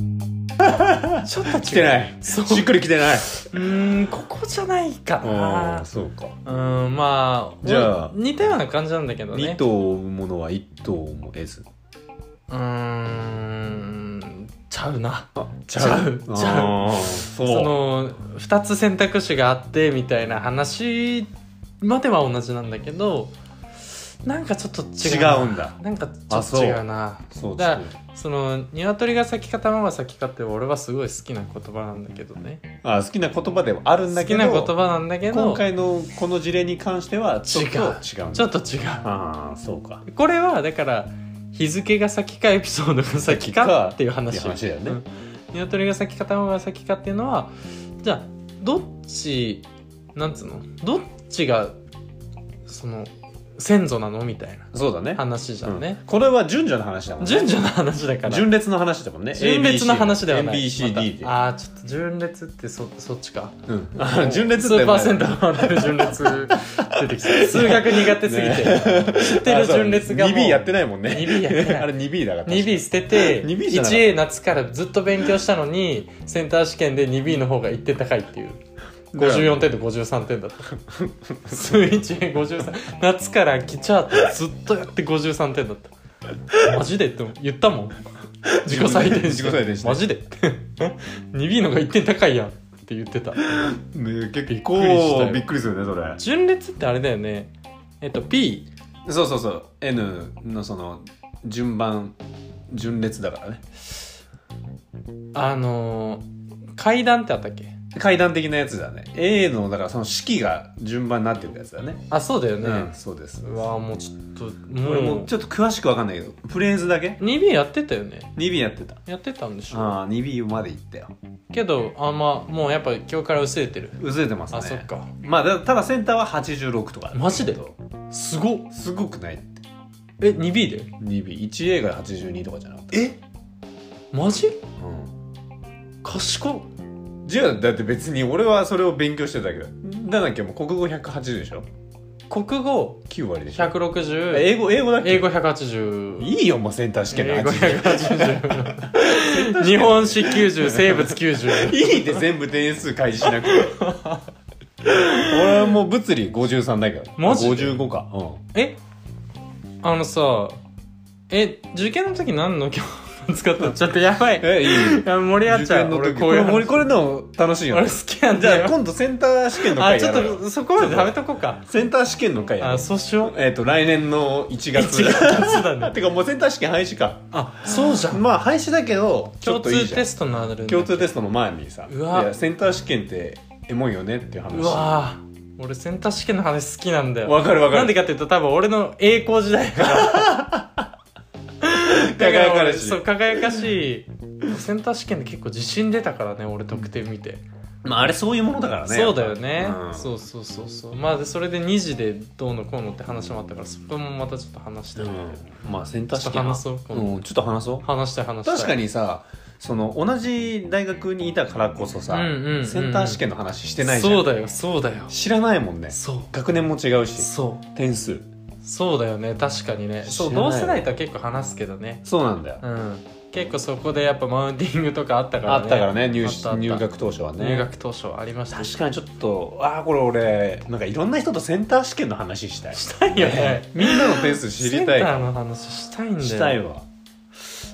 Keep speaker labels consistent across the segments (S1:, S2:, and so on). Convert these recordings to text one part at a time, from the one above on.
S1: ちょっと違う
S2: 来てない
S1: そう
S2: しっくり来てないう
S1: ーんここじゃないか
S2: あ
S1: な
S2: あそうか
S1: うんまあ
S2: じゃあ
S1: 似たような感じなんだけど
S2: 二
S1: ね
S2: 頭を生むものは一頭をも得ず
S1: うーんちゃうな
S2: ち
S1: ち
S2: ゃう
S1: ゃう
S2: あーそう
S1: その2つ選択肢があってみたいな話までは同じなんだけどなんかちょっと違うな
S2: 違うんだ
S1: なんかちょっと違うな
S2: そう
S1: だ
S2: だ
S1: からその鶏が先か卵が先かって俺はすごい好きな言葉なんだけどね
S2: あー好きな言葉ではあるんだ
S1: 好
S2: け
S1: き
S2: ど
S1: な言葉なんだけど
S2: 今回のこの事例に関してはちょっと違うんだ
S1: ちょっと違
S2: ああそうか
S1: うこれはだから日付が先かエピソードが先かっていう話
S2: っていう話だよ
S1: う
S2: ね
S1: ん鶏が先か卵が先かっていうのはじゃあどっちなんつうのどっちがその先祖なのみたいな
S2: そうだね
S1: 話じゃんね
S2: う、んこれは順序の話だもんね
S1: 順序の話だから
S2: 順列の話だもんね
S1: 順列の話ではない
S2: ABCD で、
S1: またあーちょっと順列ってそそっちか
S2: うん、あ 順列
S1: スーパーセン
S2: ン
S1: ターのある順列出 てきた数学苦手すぎて、知ってる順列がもう
S2: 2B やってないもんね
S1: 2B やってない
S2: あれ 2B だから
S1: 2B 捨て て
S2: 2B じゃなかった
S1: 1A 夏からずっと勉強したのにセンター試験で 2B の方が1点高いっていう54点と53点だった数 1A53 夏から来ちゃってずっとやって53点だったマジでって言ったもん自己採点して
S2: 自己採点して
S1: マジで 2B の方が1点高いやんって言ってた
S2: ね結
S1: びっくりしたよ
S2: 構びっくりするねそれ
S1: 順列ってあれだよねえっと P
S2: そうそうそう N のその順番順列だからね
S1: あのー階段ってあったっけ
S2: 階段的なやつだね A のだからその式が順番になってるやつだね
S1: あそうだよ
S2: う
S1: ね
S2: ん、そうです
S1: うわもうちょっとも
S2: 俺
S1: う
S2: もちょっと詳しくわかんないけどフレーズだけ
S1: 2B やってたよね
S2: 2B やってた
S1: やってたんでしょ
S2: ああ 2B まで行ったよ
S1: けどあんまもうやっぱ今日から薄れてる
S2: 薄れてますね
S1: あそっか
S2: まあだただセンターは86とか
S1: マジですごっ
S2: すごくないって
S1: え 2B で
S2: 2B1A が82とかじゃなかった
S1: えマジ
S2: うん
S1: 賢っ
S2: じゃあだって別に俺はそれを勉強してたけどだなきゃもう国語180でしょ
S1: 国語
S2: 9割でしょ
S1: 160
S2: 英語英語だっけ
S1: 英語180
S2: いいよもうセンター試験の
S1: 英語
S2: 味
S1: 180日本史90生物
S2: い
S1: 90
S2: いって全部点数開示しなく て俺はもう物理53だけど
S1: マジで
S2: 55かう
S1: えあのさえ受験の時何の教科使ったの ちょっとやばい
S2: んえいい
S1: いや盛り上がっちゃう俺こういう
S2: これ
S1: 話
S2: これの楽しいよ
S1: 俺
S2: ね
S1: 好きなん
S2: じゃ
S1: だ
S2: あ
S1: よ
S2: 今度センター試験の
S1: あ
S2: 回
S1: ちょ
S2: や
S1: っ
S2: ろうよ
S1: とそこまで食べとこうか
S2: センター試験の回やろ
S1: あ
S2: う
S1: そうしよう
S2: えっ、と来年の1月
S1: 1月だ
S2: あ
S1: ね
S2: てかもうセンター試験廃止か
S1: あそうじゃん
S2: まあ廃止だけどち
S1: 共
S2: ょっといい
S1: 通
S2: じゃ
S1: テ
S2: ん
S1: ストのあるんだ
S2: 共通テストの前にさ
S1: うわ
S2: いやセンター試験ってエモいよねっていう話
S1: うわー俺センター試験の話好きなんだよ
S2: わかるわかる
S1: なんでかっていうと多分俺の栄光時代から
S2: 輝かれし
S1: そう輝かしいセンター試験で結構自信出たからね俺得点見て、
S2: まああれそういうものだからね
S1: そうだよね、
S2: うん
S1: そうそうそうそうまあでそれで2時でどうのこうのって話もあったからそこもまたちょっと話して
S2: う
S1: みて、
S2: んまあセンター試
S1: ちょっ
S2: 験
S1: と話そう今度
S2: ん、ちょっと話そう
S1: 話したい話したい
S2: 確かにさその同じ大学にいたからこそさ、
S1: うんうんうんうん
S2: センター試験の話してないじゃん
S1: そうだよそうだよ
S2: 知らないもんね
S1: そう
S2: 学年も違うし
S1: そう
S2: 点数
S1: そうだよね確かにねそう
S2: 知らな
S1: 同
S2: い
S1: 世代とは結構話すけどね
S2: そうなんだよ、
S1: うん結構そこでやっぱマウンティングとかあったから
S2: あ
S1: ね
S2: ったからね入
S1: あったあった
S2: 入学当初はね
S1: 入学当初ありましたし
S2: 確かにちょっとああこれ俺なんかいろんな人とセンター試験の話したい
S1: たいよね
S2: みんなの点数知りた
S1: センタ
S2: い
S1: ーの話したいんだよ
S2: したいわ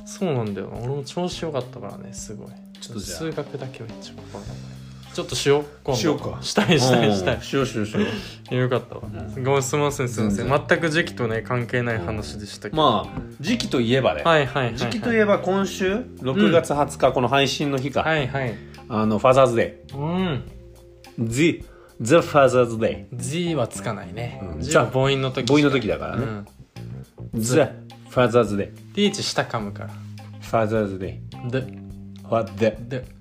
S1: そうなんだよな俺も調子良かったからねすごい
S2: ちょっとじゃあ
S1: 数学だけは一応心がちょっとしよう今度
S2: しようか
S1: したいしたいした
S2: うんしようしようしよう
S1: いよかったわ、
S2: う
S1: ごめんすみませんすみませ
S2: 全
S1: ん
S2: 然
S1: 全く時期とね関係ない話でしたけど、
S2: まあ時期といえばね、
S1: はいはいはい、はい、
S2: 時期といえば今週6月20日、この配信の日か、
S1: はいはい
S2: あのファザーズデ
S1: うん
S2: イ The, The Father's Day
S1: G はつかないね、
S2: うん
S1: G は母音の時
S2: 母音の時だから
S1: う
S2: ね、
S1: ん
S2: The Father's Day
S1: D チ下噛むから
S2: Father's Day
S1: で
S2: What the
S1: で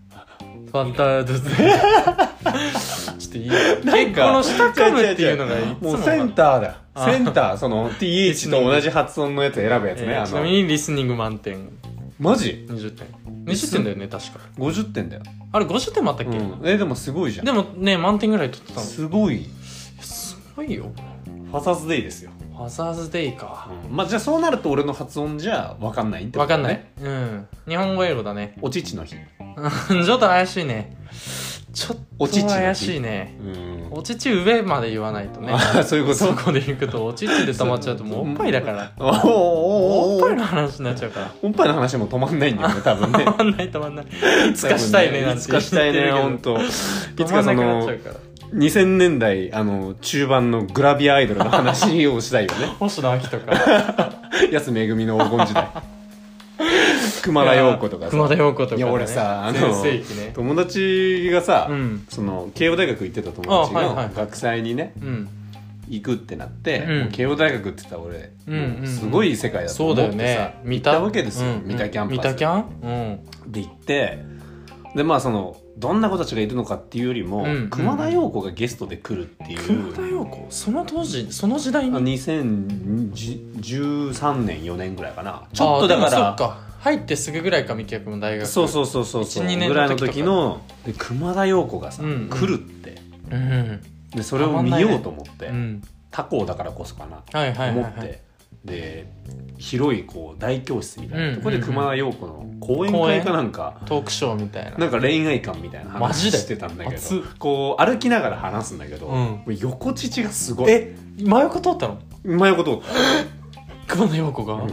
S1: ファンタードズ ちょっといい結構この下噛むっていうのがいつも
S2: もうセンターだ
S1: あ
S2: センターその TH と同じ発音のやつ選ぶやつね、
S1: えー
S2: あ
S1: ちなみ
S2: の
S1: にリスニング満点
S2: マジ
S1: 20点20点だよね確か
S2: 50点だよ、
S1: あれ50点もあったっ
S2: う
S1: け、
S2: ん、えでもすごいじゃん
S1: でもね満点ぐらい取ってたのす
S2: すごい
S1: ごいよ
S2: ファサズデイですよ
S1: フファザーズデイか、
S2: うんまあじゃあそうなると俺の発音じゃ分かんないって
S1: わ
S2: こと
S1: か
S2: ね
S1: んない、うん日本語英語だね
S2: お乳の日
S1: ちょっと怪しいねちょっ
S2: お
S1: と
S2: 乳の日
S1: 怪しいね
S2: うん
S1: お乳上まで言わないと ね
S2: あそういうこと
S1: そこで行くとお乳で止まっちゃうともうおっぱいだから
S2: おーお
S1: お
S2: ー
S1: っ
S2: お
S1: ぱい
S2: ー
S1: の話になっちゃうから
S2: おっぱいの話も止まんないんだよね多分ね
S1: 止まんない止まんないいつかしたいねなんて
S2: いつ
S1: 言
S2: か
S1: っ
S2: してた
S1: る
S2: い
S1: け
S2: ね
S1: ど
S2: 本当いつ
S1: 止ま
S2: か
S1: ん
S2: そ
S1: なくなっ
S2: の
S1: ちゃうから
S2: 2000年代あの中盤のグラビアアイドルの話をしたいよね
S1: 星野亜紀とか
S2: 安めぐみの黄金時 代熊田曜子とかさ
S1: 熊田陽子とか、ね、
S2: いや俺さあの
S1: 全盛期ね
S2: 友達がさ、
S1: うん
S2: その慶応大学行ってた友達
S1: あはいはい
S2: が
S1: はい
S2: 学祭にね
S1: うん
S2: 行くってなって、
S1: うん
S2: もう慶応大学って言ったら俺、
S1: うんうんうん
S2: もうすごい世界だと
S1: そ
S2: 思
S1: う
S2: って
S1: だ
S2: さ
S1: よね
S2: 行
S1: 見
S2: った
S1: た
S2: わけですよ、
S1: うん
S2: 三田キャンパス
S1: 見たキャン
S2: で行ってでまあそのどんな子たちがいるのかっていうよりも、
S1: うん
S2: 熊田曜子がゲストで来るってい
S1: うん熊田
S2: う、
S1: 陽子その当時その時代に
S2: あ2013年4年ぐらいかなちょっとだか
S1: あでもそ
S2: ら
S1: っか入ってすぐぐらいか三木役も大学
S2: そうそうそうそうそう
S1: 1 2年
S2: ぐらいの
S1: の時
S2: 時ので熊田曜子がさ、
S1: うんうん
S2: 来るって
S1: うん
S2: でそれを見ようと思って、
S1: うん
S2: 他校だからこそかな
S1: はいはいはい、
S2: 思
S1: は
S2: っ
S1: い、
S2: て、で広いこう大教室みたいな、
S1: うん
S2: とこで
S1: うんうん
S2: 熊田曜子の講演会かなんか
S1: トークショーみたいな
S2: なんか恋愛観みたいな
S1: マ
S2: 話
S1: ジで
S2: してたんだけ
S1: 熱っ
S2: どこう歩きながら話すんだけど、
S1: うん
S2: もう横乳がすごい
S1: え真横通ったの
S2: うまいこと
S1: 熊田陽子が、
S2: うん
S1: い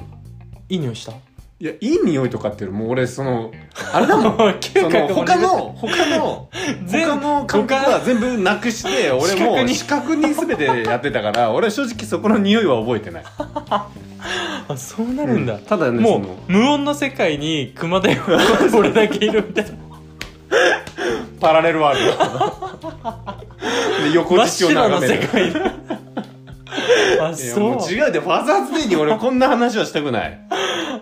S1: い匂い した
S2: いやいい匂いとかっていうよりもう俺そのあれ だもんその他の他の
S1: 全
S2: 他の感覚は全部なく して俺もう視
S1: 視
S2: 覚に全てやってたから俺は正直そこの匂いは覚えてない
S1: あそうなるんだ、
S2: ただね
S1: も
S2: そうの
S1: 無音の世界に熊田陽子 が俺だけいるみたいな
S2: パラレルワールドで横
S1: 真っ
S2: 乳を
S1: 白の
S2: 眺め
S1: 世
S2: る
S1: 界 にあ
S2: いや
S1: そう
S2: もう違うでファザーズデーに俺こんな話はしたくない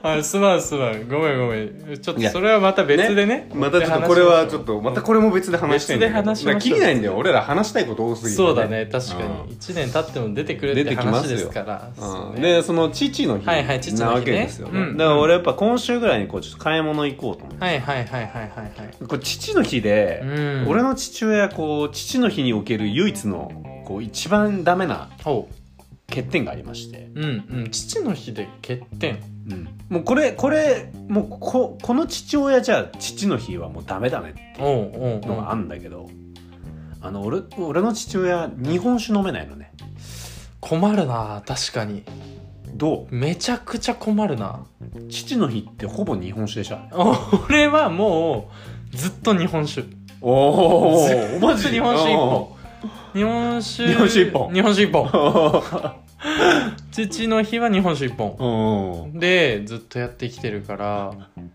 S1: あすまんすまんごめんごめんちょっ
S2: い
S1: と
S2: や
S1: それはまた別でね
S2: またちょっとこれはちょっ
S1: と
S2: とまたこれも別で話したいんだけど
S1: 別で話しましょう
S2: だから切りないんだよ俺ら話したいこと多すぎて、
S1: そうだね確か
S2: うん
S1: に1年経っても出てくるっ
S2: 出
S1: て
S2: てきま
S1: 話
S2: すよ
S1: ですからそう
S2: う
S1: ね
S2: んでその父の日
S1: はいはい父の日ね
S2: なわけですよ、ね
S1: うん
S2: だから俺やっぱ今週ぐらいにこうちょっと買い物行こうと思っ
S1: はいはいはいはいはいはい
S2: てこれ父の日で、
S1: うん
S2: 俺の父親こう父の日における唯一のこう一番ダメな
S1: ほ
S2: 欠点がありまして、
S1: ううんうん父の日で欠点
S2: もうこれこれもうここの父親じゃ父の日はもうダメだねって
S1: おうおう
S2: の
S1: おう
S2: があんだけど、あの俺俺の父親日本酒飲めないのね
S1: 困るな確かに
S2: ど
S1: めちゃくちゃ困るな
S2: う父の日ってほぼ日本酒でしょ
S1: 俺はもうずっと日本酒
S2: お
S1: ず
S2: おマ
S1: ずっと日
S2: ジ
S1: 本酒一本日本酒
S2: 日本酒一本
S1: 日本酒一本
S2: 本
S1: 父の日は日本酒一本
S2: うん
S1: でずっとやってきてるから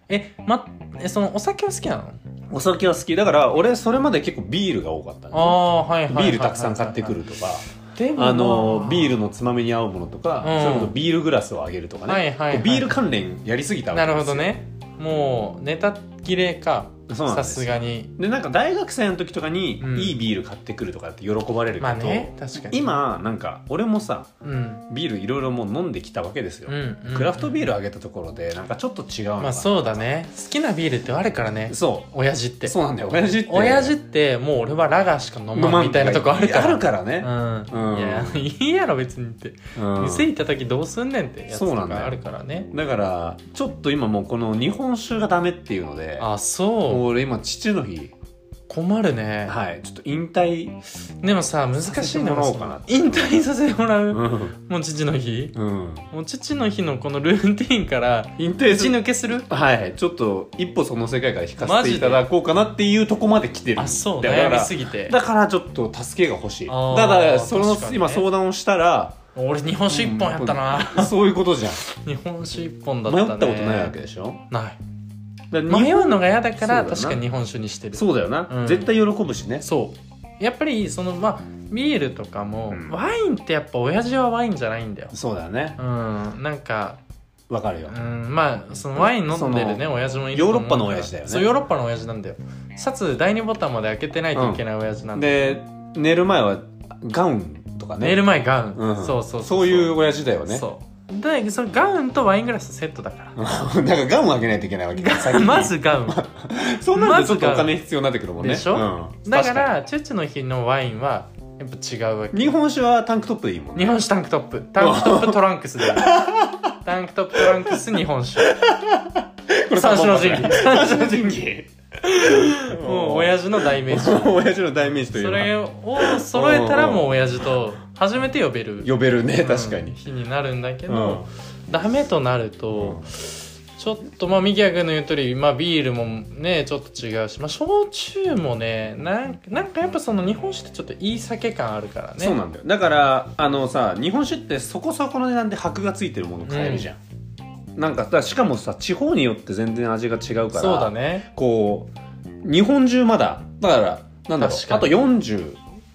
S1: えまえそのお酒は好きなの
S2: お酒は好きだから俺それまで結構ビールが多かった
S1: あ
S2: の
S1: あはいはいはいはい
S2: ビールたくさん買ってくるとか
S1: でも
S2: あのビー
S1: ル
S2: ルのつまみに合うものとか、
S1: うん
S2: それこそビールグラスをあげるとかね、
S1: はいはいはい
S2: こうビール関連やりすぎたわけ
S1: な
S2: です
S1: るほど
S2: よ
S1: ねもうネタ切れか
S2: そうなんで
S1: さ
S2: す
S1: すがに
S2: でなんか大学生の時とかに、
S1: うん
S2: いいビール買ってくるとかって喜ばれるけど、
S1: まあね確かに
S2: 今なんか俺もさ
S1: うん
S2: ビールいろいろもう飲んできたわけですよ、
S1: うんうん
S2: クラフトビールあげたところでなんかちょっと違うのが、
S1: まあそうだね好きなビールってあるからね
S2: そ
S1: 親父って
S2: うそうなんだよ親父って
S1: 親父ってもう俺はラガーしか飲
S2: 飲ま
S1: ま
S2: ん
S1: んみたいなとこあるから
S2: あるからね、
S1: うん、
S2: うん
S1: いやいいやろ別にって、
S2: うん
S1: 店行った時どうすんねんってやつ
S2: そう
S1: と
S2: なんだよ
S1: かあるからね
S2: だからちょっと今もうこの日本酒がダメっていうので
S1: あ
S2: もう
S1: そう
S2: 俺今父の日
S1: 困るね、
S2: はいちょっと引退
S1: でもさ難しいのが
S2: させてもらおうかな
S1: その引退させてもらう、
S2: ん、
S1: もう父の日
S2: うん、
S1: もう父の日のこのルーティンから
S2: 引退
S1: 打ち
S2: する
S1: 抜けする
S2: はいちょっと一歩その世界から引か
S1: マ
S2: せ
S1: ジ
S2: て
S1: で
S2: いただこうかなっていうとこまで来てる
S1: あそう
S2: だか
S1: 悩み
S2: ら
S1: すぎて
S2: だからちょっと助けが欲しい
S1: あー
S2: ただその、
S1: 確かにね
S2: 今相談をしたら
S1: 俺日本酒一本やったな、
S2: そういうことじゃん
S1: 日本酒一本 だった
S2: 迷
S1: ね
S2: ったことないわけでしょ
S1: ない
S2: だから日本
S1: 迷うのが嫌だから
S2: そうだな
S1: 確かに日本酒にしてる
S2: そうだよな、
S1: うん
S2: 絶対喜ぶしね
S1: そうやっぱりそのまあビールとかも、
S2: うん
S1: ワインってやっぱ親父はワインじゃないんだよ
S2: そうだよね
S1: うんなんか、
S2: わかるよ
S1: う、ん、まあそのワイン飲んでる
S2: そ
S1: ね
S2: の
S1: 親父もいると思う
S2: ヨーロッパの親父だよね
S1: そうヨーロッパの親父なんだよシャツ第2ボタンまで開けてないといけない親父なんで、
S2: で寝る前はガウンとかね
S1: 寝る前ガウン、
S2: うん、
S1: そうそう
S2: そういう親父だよ ね
S1: そうでそのガウンとワイングラスセットだか
S2: なんかガウンあげないといけないわけだ
S1: ら
S2: に
S1: まずガウン
S2: そうなるとちょっと
S1: まずガウ
S2: お
S1: ン
S2: 金必要になってくるもんね
S1: でしょ
S2: うん
S1: だか
S2: 確から
S1: チュッチュの日のワインはやっぱ違うわけ
S2: 日本酒はタンクトップでいいもんね
S1: 日本酒タンクトップタンクトップトランク スでいいタンクトップトランクス日本酒 三種の神器三種の神器もう親父の代名詞
S2: 父 親父の代名詞とい
S1: そうれ
S2: か
S1: を揃えたらもう親父と初めて呼べる
S2: 呼べるね
S1: うん
S2: 確かに
S1: 日になるんだけ
S2: う
S1: ど、ダメとなると、ちょっとまあミキヤ君の言う通り、まあ、ビールもねちょっと違うし、まあ、焼酎もねなんなんかやっぱその日本酒ってちょっといい酒感あるからね
S2: そうなんだよだからあのさ日本酒ってそこそこの値段で箔がついてるもの買えるじゃん、なんかだからしかもさ地方によって全然味が違うから
S1: そうだね
S2: こう日本中まだだからなんだろう
S1: 確かに
S2: あと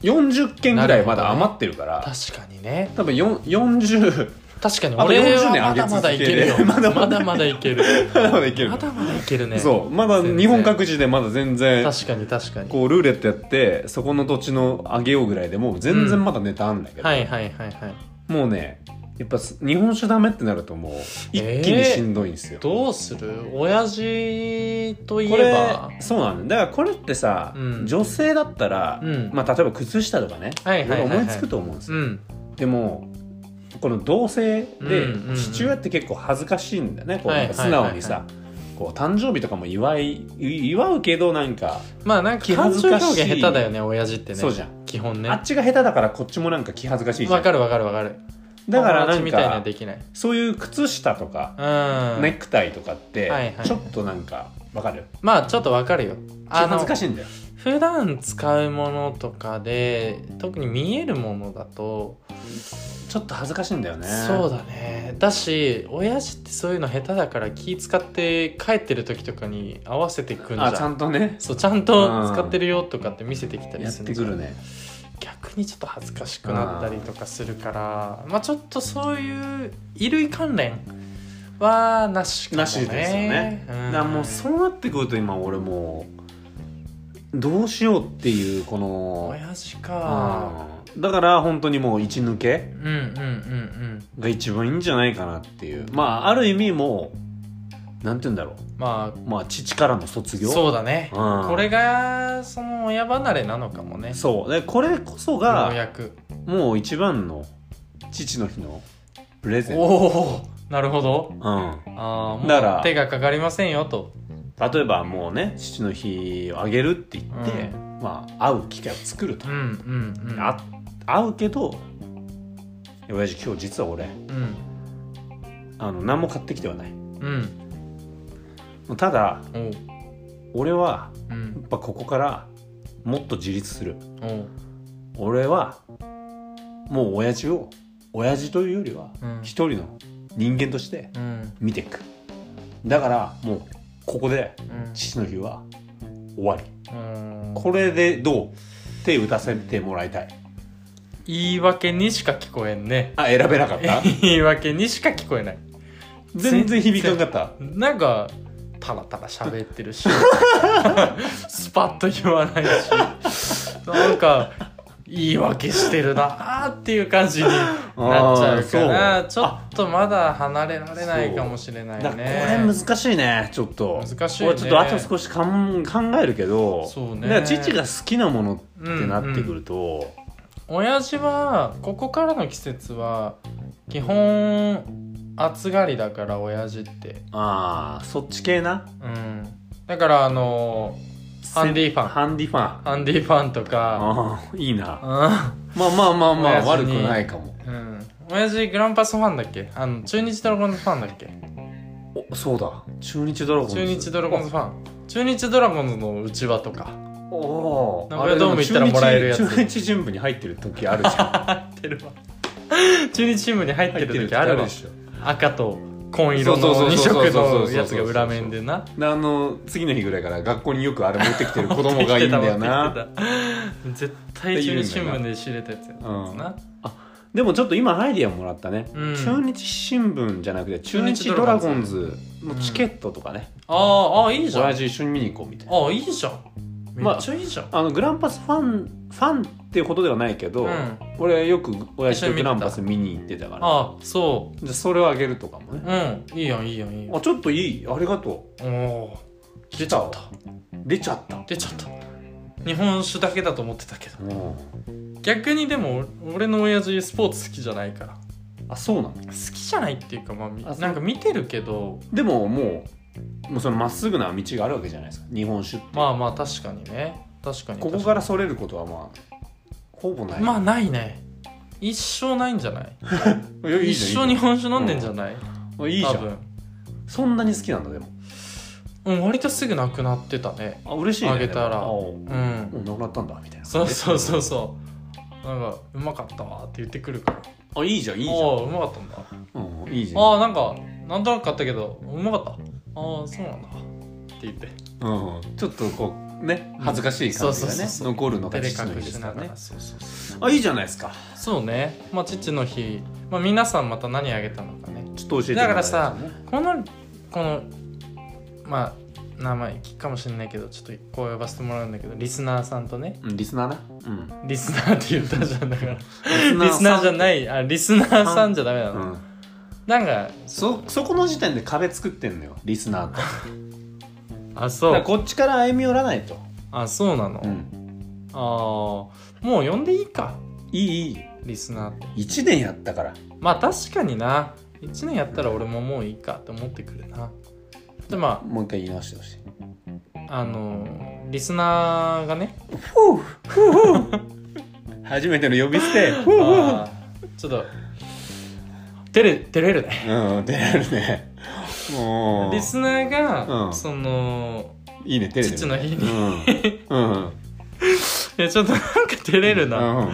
S2: 4040件ぐらいまだ余ってるから
S1: 確かにね
S2: 多分よん40
S1: 確かに
S2: あと
S1: 俺
S2: 40
S1: は
S2: 年
S1: ま
S2: 上げ
S1: だまだ
S2: 続
S1: い
S2: け
S1: ける
S2: る
S1: よ
S2: まだまだ
S1: まだまだい ける
S2: まだまだいける
S1: まだまだいけるね
S2: そうまだ
S1: 全然
S2: 日本各地でまだ全然
S1: 確かに確かに
S2: こうルーレットやってそこの土地の上げようぐらいでもう全然まだネタあんだけど、
S1: はいはいはいはい
S2: もうねやっぱす日本酒ダメってなるともう一気にしんどいんですよ、
S1: どうする親父とい
S2: こ
S1: え
S2: れ
S1: ば
S2: そうなんだだからこれってさ、
S1: うん
S2: 女性だったら、
S1: うん
S2: まあ、例えば靴下とかね、
S1: はいはいはいはい
S2: ろろ思いつくと思うんですよ、
S1: うん
S2: でもこの同性で、
S1: うんうんうん
S2: 父親って結構恥ずかしいんだねこう
S1: はい
S2: な
S1: は
S2: ん
S1: いはい
S2: か
S1: はい
S2: 素直にさ、こう誕生日とかも祝い祝うけどなんか、
S1: まあなんか
S2: 気
S1: 感
S2: 恥ず
S1: 情
S2: かしい
S1: 表現下手だよね親父ってね
S2: そうじゃん
S1: 基本ね
S2: あっちが下手だからこっちもなんか気恥ずかしいじゃ
S1: わ
S2: ん
S1: かるわかるわかる
S2: だから
S1: 友
S2: な
S1: 達
S2: ん
S1: みたいな
S2: か
S1: のできない
S2: そういう靴下とか、
S1: うん、
S2: ネクタイとかって、
S1: はいはい
S2: ちょっとなんかわかる
S1: まあちょっとわかるよあ
S2: 恥
S1: の
S2: ずかしいんだよ
S1: 普段使うものとかで特に見えるものだと、
S2: ちょっと恥ずかしいんだよね
S1: そうだねだし親父ってそういうの下手だから気使って帰ってる時とかに合わせてくんじゃ
S2: あ
S1: ん
S2: ちゃんとね
S1: そうちゃんと使ってるよとかって見せてきたり
S2: やっ
S1: する
S2: て
S1: んじ
S2: く
S1: ゃん
S2: るね
S1: 逆にちょっと恥ずかしくなったりとかするからまあちょっとそういう衣類関連はなしかもね
S2: なしですよね
S1: う
S2: だ
S1: ん
S2: からもうそうなってくると今俺もうどうしようっていうこの
S1: 親父か
S2: うんだから本当にもう一抜け
S1: うんうんうん
S2: が一番いいんじゃないかなっていうまあある意味もうなんて言うんだろ
S1: うんま
S2: うまあ父からの卒
S1: あ
S2: 業
S1: そうだね
S2: うん
S1: これがその親離れなのかもね
S2: そうでこれこそ
S1: よう
S2: が
S1: やく
S2: もう一番の父の日のプレゼン
S1: お
S2: ト、
S1: おなるほど
S2: うん、
S1: ああ
S2: だから
S1: もう手がかかりませんよと
S2: 例えばもうね父の日をあげるって言って、
S1: う
S2: まあ会う機会を作ると
S1: うんうんうん
S2: あ会うけど親父今日実は俺
S1: うん
S2: あの何も買ってきてはない
S1: うん
S2: ただ
S1: おう
S2: 俺は
S1: う
S2: や
S1: ん
S2: っぱここからもっと自立する
S1: おう
S2: 俺はもう親父を親父というよりは
S1: うん
S2: 一人の人間として
S1: うん
S2: 見ていくだからもうここで
S1: うん
S2: 父の日は終わり
S1: うん
S2: これでどう手打たせてもらいたい
S1: 言い訳にしか聞こえんね
S2: あ選べなかった
S1: 言い訳にしか聞こえない
S2: 全然響かんかった
S1: なんかタラタラ喋ってるしスパッと言わないしなんか言い訳してるなーっていう感じになっちゃうか
S2: あ
S1: ら
S2: ー
S1: ちょっとまだ離れられないかもしれない
S2: だからこれ
S1: ね
S2: 難しいねちょっと
S1: 難しいね
S2: これちょっとあと少しかん考えるけど
S1: そうね
S2: だから父が好きなものってなってくると、
S1: 親父はここからの季節は基本暑がりだから親父って
S2: ああそっち系な
S1: うんだからあのハンディファン
S2: ハンディファンあ
S1: ハンディファンとか
S2: あーいいな
S1: うん
S2: まあまあまあまあ
S1: 親
S2: 悪
S1: 父
S2: く
S1: に
S2: ないかも
S1: うん親父グランパスファンだっけあの中日ドラゴンズファンだっけ
S2: おそうだ中日ドラゴンズ
S1: 中日ドラゴンズファン中日ドラゴンズの内輪とか
S2: おお
S1: 名古屋ドーム行ったらもらえるやつ
S2: 中日中日準部に入ってる時あるじゃん
S1: 入ってるわ中日チームに入って
S2: 入って
S1: る
S2: る時
S1: 時
S2: あ
S1: ある
S2: る
S1: わ
S2: でしょ
S1: 赤と紺色
S2: そうそ
S1: の
S2: う
S1: 2
S2: そう
S1: 色
S2: そうそうそうそうそう
S1: のやつが裏面でな
S2: であの次の日ぐらいから学校によくあれ持ってきてる子供がい いんだよな
S1: 持ってきてた絶対中日新聞で知れたやつや
S2: うん
S1: な
S2: でもちょっと今アイディアもらったね、
S1: うん
S2: 中日新聞じゃなくて中
S1: 中
S2: 日
S1: 日
S2: ド
S1: ド
S2: ラ
S1: ラ
S2: ゴ
S1: ゴ
S2: ン
S1: ン
S2: ズのチケットとかね、
S1: あーあーいいじゃん
S2: 親
S1: あ
S2: 父一緒に見に行こうみたいな
S1: ーいいじゃんめっちゃいいじゃん、
S2: あのグランパスファンファンっていうことではないけど、
S1: うん
S2: 俺よく親
S1: 一
S2: 父
S1: 緒
S2: と
S1: に見
S2: グ
S1: てた
S2: ランパス見に行ってたから
S1: ああそ
S2: じゃあそれをあげるとかもね
S1: う、うんいいやんいいやんいいやん
S2: あちょっといいありがと
S1: お
S2: う
S1: お
S2: 出ちゃった出ちゃった
S1: 出ちゃった日本酒だけだと思ってたけど
S2: うん
S1: 逆にでも俺の親父スポーツ好きじゃないから
S2: あそうなの
S1: 好きじゃないっていうかまあみ
S2: あそう
S1: なんか見てるけど
S2: でももうもうそのまっすぐな道があるわけじゃないですか日本酒って
S1: まあまあ確かにね確かに
S2: ここからそれることはまあほぼない、
S1: まあないね一生ないんじゃない
S2: いやいい
S1: 一
S2: じゃ
S1: 生
S2: んい
S1: 日
S2: いじ
S1: 本酒飲んでんじゃない、
S2: ゃんいいじゃ
S1: 多
S2: ん
S1: 分
S2: そんなに好きなんだでも
S1: うん割とすぐなくなってたね
S2: あ嬉しいね
S1: あげたら
S2: でも
S1: う
S2: あ
S1: ん
S2: もうなくなったんだみたいな
S1: そうそうそうそうなんか「うまかったわ」って言ってくるから「
S2: あいいじゃんいいじゃ
S1: ああうまかったんだ」
S2: ん、うん、いいじゃん
S1: ああなんかなんとなく買ったけどうまかったああそうなんだって言って
S2: うん、ちょっとこうね恥ずかしい感じが
S1: うんそうそう
S2: ね
S1: そうそう
S2: 残るのが
S1: 照れ
S2: 父の
S1: 隠
S2: 日で
S1: し
S2: す
S1: な
S2: か
S1: が
S2: らね
S1: らそうそうそう
S2: あいいじゃないですか
S1: そうねまあ父の日、まあ、皆さんまた何あげたのかね
S2: ちょっと教えて
S1: だからさ
S2: もらえますかね
S1: このこのまあ名前聞くかもしれないけどちょっとこう呼ばせてもらうんだけどリスナーさんとね
S2: うんリスナーなうん
S1: リスナーって言ったじゃんだから
S2: リ
S1: リスナーじゃ
S2: い、
S1: ないあリスナーさんじゃダメな
S2: う
S1: の、
S2: ん、
S1: なんか
S2: そそこの時点で壁作ってんのよリスナーとだか
S1: あそ
S2: ら
S1: う
S2: こっちから歩み寄らないと、
S1: あそうなの、
S2: うん、
S1: ああもう呼んでいいか
S2: いいいい
S1: リスナーって
S2: 1年やったから
S1: まあ確かにな1年やったら俺ももういいかって思ってくるなでま
S2: もう一回言い直してほしい
S1: ああのーリスナーがね
S2: ふうふう初めての呼び捨てふう
S1: あーちょっと照れ照れるね
S2: うん出れるねもう
S1: リスナーが、
S2: うん
S1: その
S2: いいねテレビ
S1: 父の日に
S2: うんうん
S1: いやちょっとなんか照れる
S2: う
S1: な、
S2: ん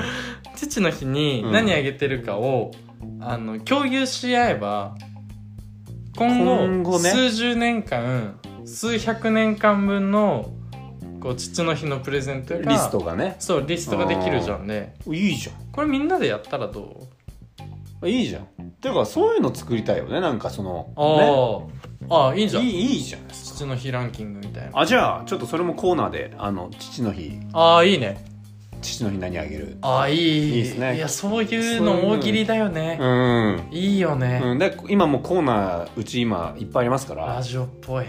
S1: 父の日に何あげてるかを、あの共有し合えば今後
S2: 今後ね
S1: 数十年間数百年間分のこう父の日のプレゼントが
S2: リストがね
S1: そうリストができるじゃんね
S2: いいじ
S1: これみんなでやったらど
S2: ゃんいいじゃんてかそういうの作りたいよねなんかその
S1: う、ああああいいじゃ
S2: ね、い
S1: ん
S2: いいいじゃん
S1: 父の日ランキングみたいな
S2: あじゃあちょっとそれもコーナーであの父の日
S1: ああいいね
S2: 父の日何あげる
S1: ああいい
S2: いいっすね
S1: やそういうの大喜利だよね
S2: うん、
S1: いいよね、
S2: うん、で今もうコーナーうち今いっぱいありますか
S1: ラ
S2: ら
S1: ジオっぽい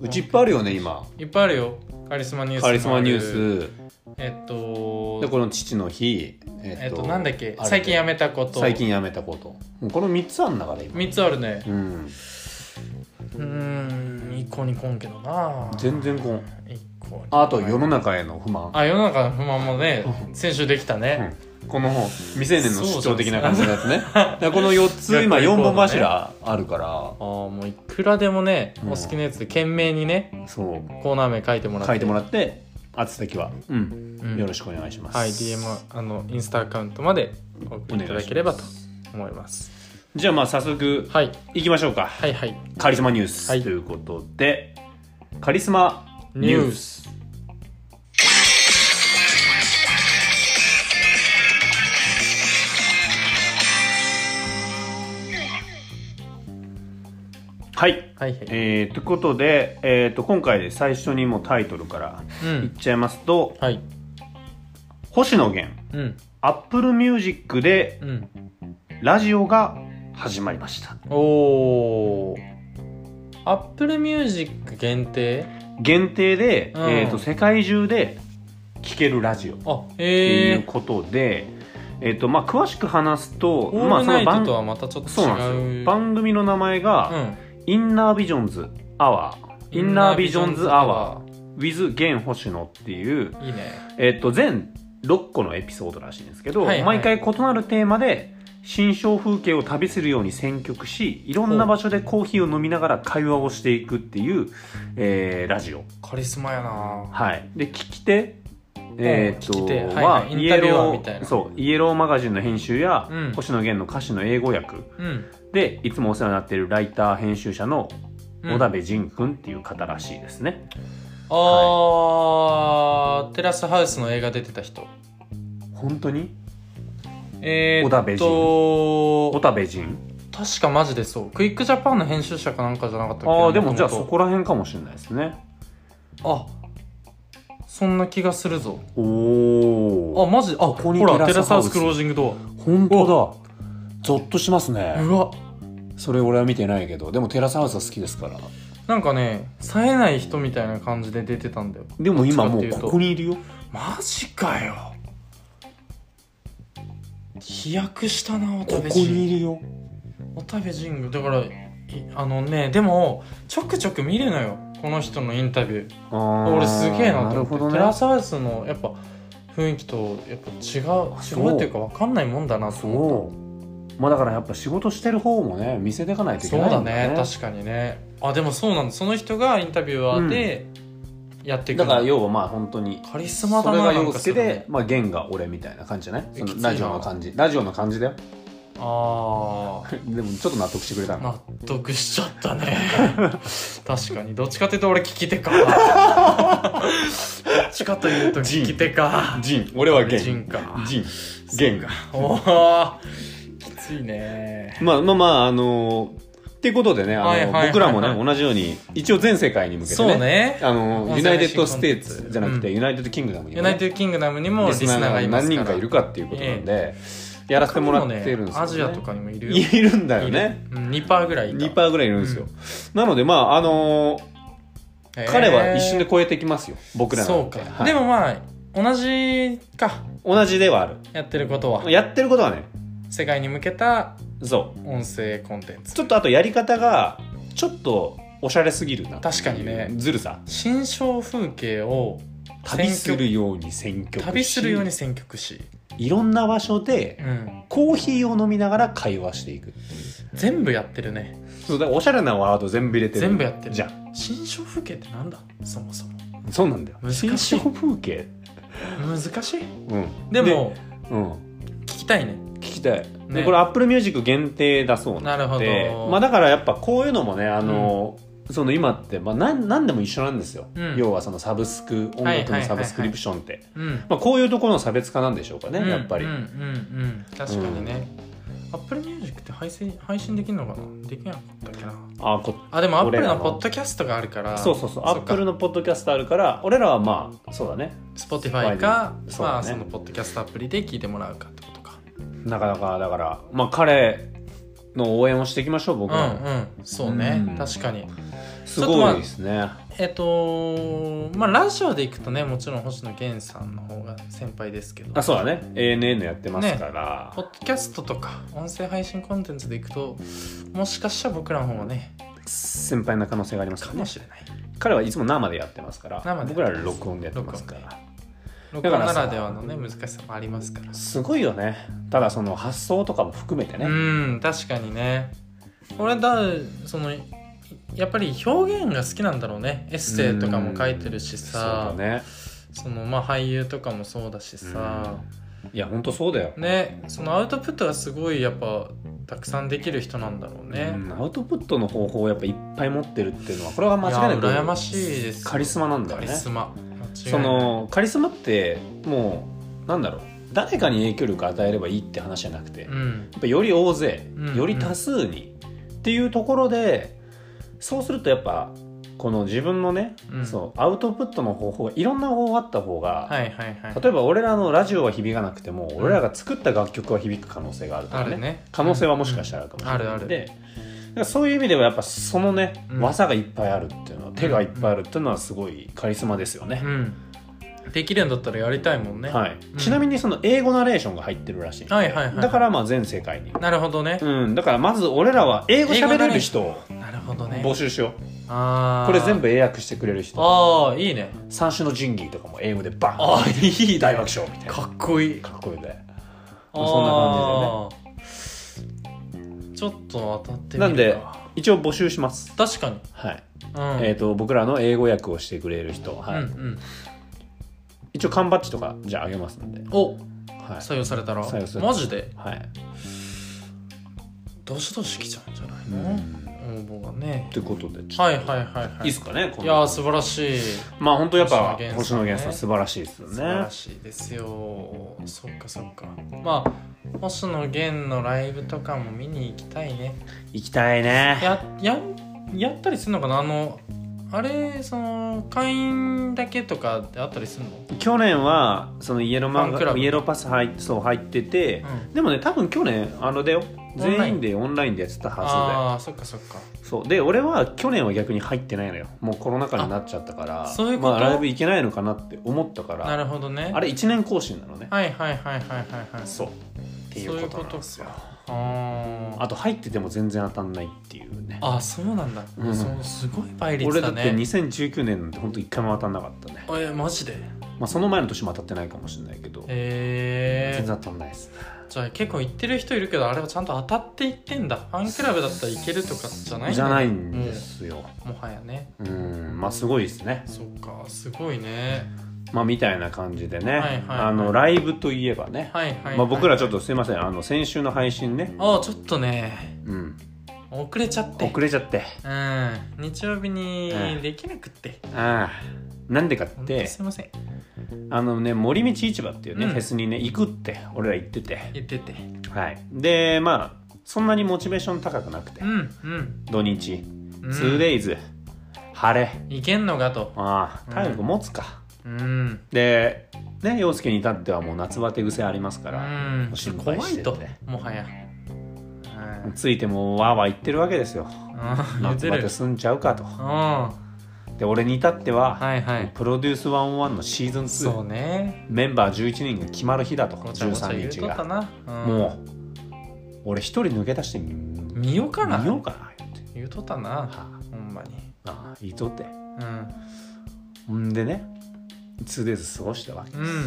S1: う
S2: ちいっぱいあるよね今
S1: いっぱいあるよカリスマニュースもあ
S2: カ
S1: る
S2: リスマニュース
S1: えっと
S2: でこの父の日
S1: え
S2: え
S1: っとなんだっけ
S2: あれ
S1: 最近やめたこと
S2: 最近やめたこともうこの3つあんだから今
S1: 3つあるね
S2: うん
S1: うーん一個にこんけどな
S2: 全然こん
S1: 一個に
S2: ああと世の中への不満
S1: あ世の中の不満もね先週できたね、
S2: この未成年の主張的な感じのやつねだからこの4つ今
S1: 学校行動
S2: 4
S1: ね
S2: 本柱あるか
S1: あーもういくらでもね、
S2: うん
S1: お好きなやつで懸命にね
S2: らそう
S1: コーナー名書いてもらって
S2: 書いてもらって宛先は、うん、
S1: うん
S2: よろしくお願いします
S1: はい DM あのインスタアカウントまでお送りいただければと思います
S2: じゃあまあ早速
S1: はい
S2: いきましょうか
S1: はいはい
S2: カリスマニュース、
S1: はい
S2: ということでカリスマニ
S1: ニ
S2: ュ
S1: ュ
S2: ー
S1: ー
S2: ス
S1: ス
S2: はい
S1: はいはい
S2: えー、ということで、えー、と今回で最初にもうタイトルから
S1: う
S2: い
S1: ん
S2: っちゃいますと
S1: はい
S2: 星野源
S1: うん
S2: アップルミュージックで
S1: うん
S2: ラジオが始まりました
S1: おーアップルミュージック限定
S2: 限定で、
S1: うん
S2: えー、と世界中で聴けるラジオ
S1: あ
S2: っていう
S1: ええ
S2: ことで、えーとまあ、詳しく話すと、
S1: オー
S2: まあ、
S1: ル
S2: そ
S1: ナ
S2: の
S1: イト
S2: 番
S1: とはまたちょっと違う
S2: そうなんですよ番組の名前が、インナービジョンズアワーインナービジョンズアワー with 現星野っていう、
S1: うんいいね
S2: えー、と全6個のエピソードらしいんですけど、
S1: はいはい
S2: 毎回異なるテーマで新象風景を旅するように選曲しいろんな場所でコーヒーを飲みながら会話をしていくっていう、えーラジオ
S1: カリスマやな
S2: はい、で聞き手えーっと
S1: 聞き手はいはいイン
S2: イエ
S1: タビュア
S2: ロ
S1: ーみたい
S2: ー
S1: な
S2: そうイエローマガジンの編集や、
S1: うん
S2: 星野源の歌詞の英語訳
S1: うん
S2: でいつもお世話になっているライター編集者の
S1: うん
S2: 小田部仁君っていう方らしいですね、
S1: あーテラスハウスの映画出てた人
S2: 本当に
S1: え
S2: 小田部
S1: ーっと
S2: 小田部仁
S1: 確かマジでそうクイックジャパンの編集者かなんかじゃなかったっけ
S2: ああでもじゃあそ
S1: 元
S2: こら辺かもしれないですね
S1: 々あそんな気がするぞ
S2: お
S1: あ
S2: お
S1: マジあ
S2: ここに
S1: ほらテ
S2: テラ
S1: ラ
S2: ス
S1: ス
S2: ハ
S1: ハ
S2: ウ
S1: ウ
S2: ス
S1: スクロージングド
S2: 本当だゾッとします
S1: ア
S2: ね
S1: うわ
S2: それ俺は見てないけどでもテラスハウスは好きですから
S1: なんかね冴えない人みたいな感じで出てたんだよ
S2: でも今もう
S1: どっちかっていうと
S2: ここにいるよ
S1: マジかよ飛躍したな渡
S2: こ
S1: 部
S2: こに
S1: 神
S2: いるよ
S1: 宮渡部神宮だからいあのねでもちょくちょく見るのよこの人のインタビュー俺
S2: 俺
S1: すげえな
S2: な
S1: と
S2: る
S1: 思
S2: ほ
S1: って、
S2: ど
S1: テ
S2: ね
S1: ラスハウスのやっぱ雰囲気とやっぱ違う
S2: そう
S1: 違うっていうか分かんないもんだなと思っ
S2: そうまあだからやっぱ仕事してる方もね見せていかない
S1: た
S2: とい
S1: そう
S2: けない
S1: だ
S2: ん
S1: ね確かにねあでもそうなんだその人がインタビュアーでやっていく
S2: だ
S1: ん
S2: から要はまあ本当に
S1: カリスマ
S2: そ
S1: だ
S2: れ
S1: な
S2: が
S1: なん
S2: 洋
S1: か
S2: 介
S1: それ
S2: で、まあ、弦が俺みたいな感じじゃないそ
S1: きつい
S2: の
S1: な
S2: ラジオの感じラジオの感じだよ
S1: ああ
S2: でもちょっと納得してくれたの
S1: 納得しちゃった ね確かにどっちかというと俺聞き手かどっちかというと聞き手か
S2: ジン俺は弦
S1: ジンか
S2: ジン弦が
S1: おおきついね
S2: まあまあまああのーっていうことでねあの、
S1: はいはいはいはい
S2: 僕らもね同じように一応全世界に向けてね
S1: そうね
S2: あのーユナイテッド・ステー
S1: う
S2: ツ
S1: ん
S2: じゃなくて、ユナイテッド・キングダムに
S1: ユ
S2: も
S1: ナ
S2: ね、
S1: イテッドキングダムにもリスナーがいますから
S2: 何人かいるかっていうことなんで、やらせてもらってるんですよ、ね、
S1: アジアとかにもいるよ
S2: いるんだよ
S1: い
S2: ね
S1: るうん2%ぐらいいた
S2: 2%ぐらいいるんですよ、なのでまああのー
S1: へー
S2: 彼は一瞬で超えてきますよ僕らな
S1: そ
S2: ん
S1: う
S2: て
S1: か、
S2: はい
S1: でもまあ同じか
S2: 同じではある
S1: やってることは
S2: やってることはね
S1: 世界に向けた
S2: そ
S1: 音声コンテン
S2: う
S1: ツ
S2: ちょっとあとやり方がちょっとおしゃれすぎるなっていう
S1: 確かにね
S2: ずるさ
S1: 新商風景を
S2: 旅するように選曲し
S1: 旅するように選曲し、
S2: いろんな場所
S1: う
S2: で
S1: ん、
S2: コーヒーを飲みながら会話していく
S1: 全部やってるね
S2: そうだからおしゃれなワード全部入れてる
S1: 全部やってる
S2: じゃん
S1: 新商風景ってなんだそもそも
S2: そうなんだよ
S1: 難しい
S2: 新商風景
S1: 難しい
S2: うん
S1: でも
S2: うん
S1: 聞きたいね
S2: 聞きたい、
S1: ね
S2: でこれアップルミュージック限定だそう
S1: なるほ
S2: で
S1: ど、
S2: まあ、だからやっぱこういうのもねあの、その今って、まあ、なん何でも一緒なんですよ、
S1: うん
S2: 要はそのサブスク音
S1: はいはい
S2: 楽
S1: はいは
S2: の
S1: い
S2: サブスクリプションって、
S1: うん
S2: まあ、こういうところの差別化なんでしょうかね、
S1: うん
S2: やっぱり、
S1: うんうんうん確かにね、アップルミュージックって配信配信できるのかなできなかったっけな
S2: あこ
S1: あでもアップル
S2: 俺
S1: の
S2: らの
S1: ポッドキャストがあるから
S2: そうそうそうアップルのポッドキャストあるから俺らはまあそうだね
S1: スポティファイか
S2: Spotify
S1: まあ
S2: そ
S1: そ
S2: うだね
S1: のポッドキャストアプリで聞いてもらうかってことか
S2: なかなかだからまあ彼の応援をしていきましょう
S1: うん
S2: 僕らも、
S1: うんそうね、
S2: うん
S1: 確かに
S2: すごいですね、
S1: えっとまあラジオでいくとねもちろん星野源さんの方が先輩ですけど
S2: あそうだね ANN やってますから、
S1: ポッドキャストとか音声配信コンテンツでいくともしかしたら僕らの方がね
S2: 先輩な可能性がありますか
S1: から
S2: ね
S1: もしれない
S2: 彼はいつも生でやってますから
S1: 生で
S2: 僕らは録音でやってますから
S1: 録
S2: だ
S1: 音
S2: から
S1: な
S2: さ
S1: らではのね難しさもありますから
S2: すごいよねただその発想とかも含めてね、
S1: うん確かにね俺だそのやっぱり表現が好きなんだろうねエッセイとかも書いてるし
S2: そう
S1: さ
S2: だね
S1: そのまあ俳優とかもそうだしさ、
S2: いやほんとそうだよ、
S1: ねそのアウトプットがすごいやっぱたくさんできる人なんだろうね、
S2: うんアウトプットの方法をやっぱいっぱい持ってるっていうのはこれは間違いなく
S1: いや羨ましいですよ
S2: カリスマなん
S1: カ
S2: だよ
S1: リ
S2: ね
S1: スマ
S2: そのカリスマってもうなんだろう誰かに影響力与えればいいって話じゃなくて、
S1: 間違い
S2: や
S1: ないうん
S2: っぱより大勢、
S1: うん
S2: より多数に、っていうところでそうするとやっぱこの自分のね、
S1: うん
S2: そうアウトプットの方法いろんな方法があった方が、
S1: はいはいはい
S2: 例えば俺らのラジオは響かなくても、俺らが作った楽曲は響く可能性がある
S1: あ
S2: とか
S1: る
S2: ね
S1: ね
S2: 可能性はもしかした
S1: ら、
S2: らあるかもしれない、
S1: うんあるある
S2: でだからそういう意味ではやっぱそのね、
S1: うん
S2: 技がいっぱいあるっていうのは手がいっぱいあるっていうのはすごいカリスマですよね
S1: う、んできるんだったらやりたいもんね、
S2: はい
S1: うん
S2: ちなみにその英語ナレーションが入ってるらしい,、
S1: はいはいはい
S2: だからまあ全世界に、
S1: なるほどね、
S2: うん、だからまず俺らは英語喋れる人を
S1: なるほどね
S2: 募集しよ
S1: あ
S2: う
S1: ー
S2: これ全部英訳してくれる人
S1: ああいいね
S2: 三種の神器とかも英語でバーン
S1: ああいいね
S2: 大爆笑みたいなか
S1: かっこいい
S2: っこいいねそんな
S1: あーちょっと当たってみるか
S2: なんで一応募集します
S1: 確かに
S2: はい
S1: うん
S2: えー、と僕らの英語訳をしてくれる人、はい
S1: うんうん
S2: 一応缶バッジとかじゃああげますので、
S1: お
S2: はい
S1: 採用されたら
S2: 採用された
S1: マジで
S2: はい
S1: どしどし来ちゃうんじゃないの、応募がね
S2: ということでちょっと
S1: はいはいはいはい
S2: いですかねこ
S1: い
S2: の
S1: やー素晴らしい素
S2: まあ本当やっぱ
S1: 星
S2: 星
S1: 野源
S2: 野
S1: さ
S2: 源さ
S1: んね
S2: ん素晴らしいですよ
S1: 晴
S2: ね
S1: らしいですよそっかそっかまあ星野源のライブとかも見に行きたいね
S2: 行きたいね
S1: やややったりするのかなあのあれその会員だけとかであったりするの
S2: 去年はそのイエローマン
S1: ファンクラブ
S2: イエローパス入っそう入ってて、
S1: う
S2: でもね多分去年あのだよ
S1: オンライン
S2: 全員でオンラインでやってたは
S1: ああそっかそっか
S2: ずでそうで俺は去年は逆に入ってないのよもうコロナ禍になっちゃったから
S1: あそういうこと
S2: まあ、ライブ行けないのかなって思ったか
S1: な
S2: ら
S1: るほどね
S2: あれ1年更新なのね
S1: はいはいはいはいはいはい
S2: そうっていうことなんですよ
S1: あ
S2: あと入ってても全然当たんないっていうね
S1: あそうなんだ、
S2: うん
S1: そのすごい倍率
S2: 俺だ
S1: だ
S2: っ
S1: ね
S2: て2019年なんて本当一回も当たんなかったね、
S1: えマジで
S2: まあ、その前の年も当たってないかもしれないけど
S1: え
S2: 全
S1: ー、
S2: 然当たんないです
S1: じゃあ結構行ってる人いるけどあれはちゃんと当たっていってんだファンクラブだったらいけるとかじゃないんだ
S2: じゃないんですよ
S1: もはやね
S2: うん、まあすごいですね
S1: そっかすごいね
S2: まあみたいな感じでね、
S1: はいはいはい
S2: あのライブといえばね、
S1: はいはい、はい、
S2: まあ、僕らちょっとすいませんあの先週の配信ね、
S1: ああちょっとね
S2: うん、
S1: 遅れちゃって
S2: 遅れちゃって
S1: うん日曜日に
S2: うん
S1: できなくって、
S2: ああなんでかっ
S1: ほんと
S2: て
S1: すいません
S2: あのね森道市場っていうね、
S1: うん
S2: フェスにね行くって俺ら行ってて、
S1: 言ってて
S2: はい、でまあそんなにモチベーション高くなくて、
S1: うんうん
S2: 土日
S1: うん
S2: 2days、晴れ
S1: いけんのかと
S2: ああ体力持つか、
S1: うん
S2: でね陽介に至ってはもう夏バテ癖ありますか
S1: う
S2: ら、
S1: ん
S2: 心配
S1: 怖いと
S2: してて
S1: もはやうん
S2: ついてもわーわー言ってるわけです
S1: う
S2: よ
S1: ん言っ
S2: 夏
S1: て
S2: バ
S1: る
S2: テ済んちゃうかと
S1: うんは
S2: で俺に至っては、
S1: いはい
S2: プロデュース101のシーズン
S1: そう
S2: 2、
S1: ね
S2: メンバー11人が決まる日だと
S1: ごちゃごちゃ言
S2: 13
S1: う
S2: 日
S1: とった
S2: が
S1: な、うん、
S2: もう俺一人抜け出してみ
S1: 見ようかな
S2: 見ようかな言って
S1: 言うとったな
S2: あ
S1: ほんまに
S2: あいいとって
S1: うん
S2: ほんでね 2days 過ごしたわけ
S1: う
S2: です、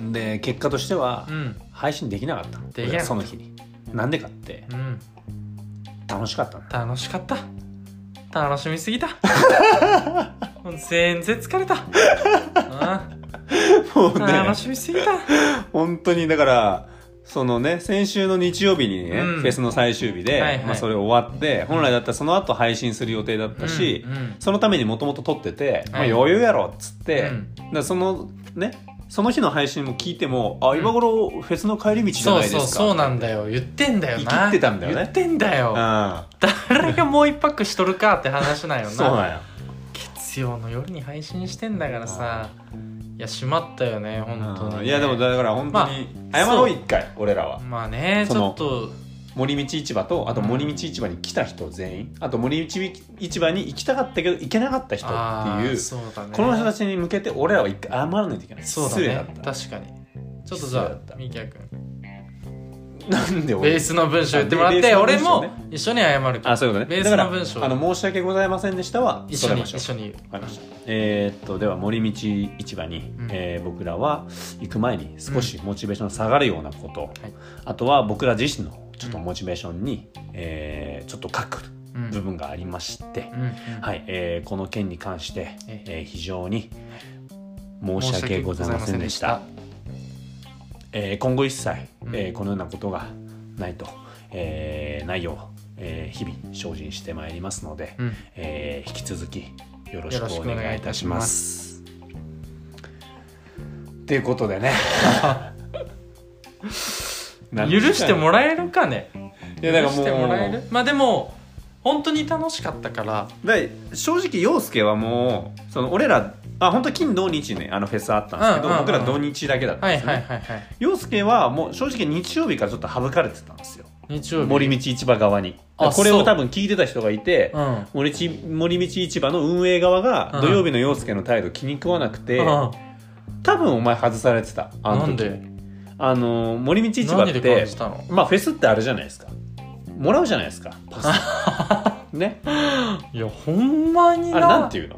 S1: ん
S2: で結果としては
S1: うん
S2: 配信できなかったの
S1: できなかった
S2: その日になんでかって
S1: うん
S2: 楽しかったの
S1: 楽しかった楽しみすぎたもう全然疲れ たうん
S2: もうね
S1: 楽しみすぎた
S2: 本当にだからそのね先週の日曜日にね、
S1: うん
S2: フェスの最終日で、
S1: はいはい
S2: まあ、それ終わって本来だったらその後配信する予定だったし、
S1: うんうん
S2: そのためにもともと撮ってて、まあ、
S1: はい
S2: 余裕やろっつって、
S1: うん
S2: だからそのねその日の配信も聞いてもあ今頃フェスの帰り道じゃ
S1: そ
S2: な
S1: う
S2: いです
S1: そう
S2: か
S1: そうなんだよ言ってんだよな
S2: 言ってたんだよね
S1: 言ってんだよ誰がもう一泊しとるかって話なん
S2: う
S1: よ
S2: ん、そう
S1: な
S2: なんや
S1: 月曜の夜に配信してんだからさいやしまったよね本当に
S2: う
S1: ね
S2: んいやでもだから本当に
S1: まあ
S2: 謝ろ
S1: そ
S2: う
S1: う
S2: 一回俺らは
S1: まあねち
S2: そ
S1: ょ
S2: の
S1: っと
S2: 森道市場とあと森道市場に来た人全員あと森道市場に行きたかったけど行けなかった人
S1: あ
S2: ってい
S1: ー
S2: う
S1: そうだね
S2: この人たちに向けて俺らは一回謝らないといけない
S1: そうだ
S2: 失礼だっ
S1: ね
S2: た
S1: 確かにちょっとじゃ
S2: 失礼だっ
S1: あ
S2: た
S1: みきやくん
S2: なんで
S1: ベー
S2: 俺
S1: スの文章言ってもらって
S2: あベ
S1: 俺
S2: ースの文章
S1: も
S2: ね
S1: 一緒に謝るから
S2: あそういうことね
S1: ベースの文章
S2: だからあの申し訳ございませんでしたは
S1: 一緒に
S2: わ
S1: 一緒に言う
S2: かりましたえーっとでは森道市場に、
S1: うん
S2: えー僕らは行く前に少しモチベーション下がるようなこと、
S1: い
S2: あとは僕ら自身のちょっとモチベーションに、えーちょっとかく
S1: うんうん
S2: 部分がありまして、
S1: うん
S2: はい、えーこの件に関して、
S1: ええ
S2: えー非常に申し訳ございませんでした。えー今後一切、
S1: うん
S2: えーこのようなことがないと、えーないよう、えー日々精進してまいりますので、
S1: うん
S2: えー引き続きよろしくお願いいたします。というこ とでね。
S1: 許しても
S2: ら
S1: らえるかね
S2: いやだから
S1: 許してもらえ
S2: も
S1: る
S2: う
S1: まあでも本当に楽しかったから
S2: で正直陽介はもうその俺らあ本当金土日ねあのフェスあったんですけど、
S1: うんうんうん
S2: 僕ら土日だけだった
S1: は
S2: んで
S1: い
S2: すよ、ね
S1: はいはいはい
S2: 陽介はもう正直日曜日からちょっと省かれてたんですよ
S1: 日曜日
S2: 森道市場側に
S1: あ
S2: これ
S1: そ
S2: を
S1: う
S2: 多分聞いてた人がいて、
S1: うん
S2: 森ち森道市場の運営側
S1: う
S2: が
S1: ん
S2: 土曜日の陽介の態度気に食わなくて、
S1: うん
S2: 多分お前外されてたあ
S1: な
S2: の
S1: ん
S2: 時
S1: で
S2: あの森道市場っ
S1: 何で感
S2: て
S1: じたの
S2: まあフェスってあれじゃないですかもらうじゃないですかパ スね
S1: いやほんまにな
S2: あれなんていうの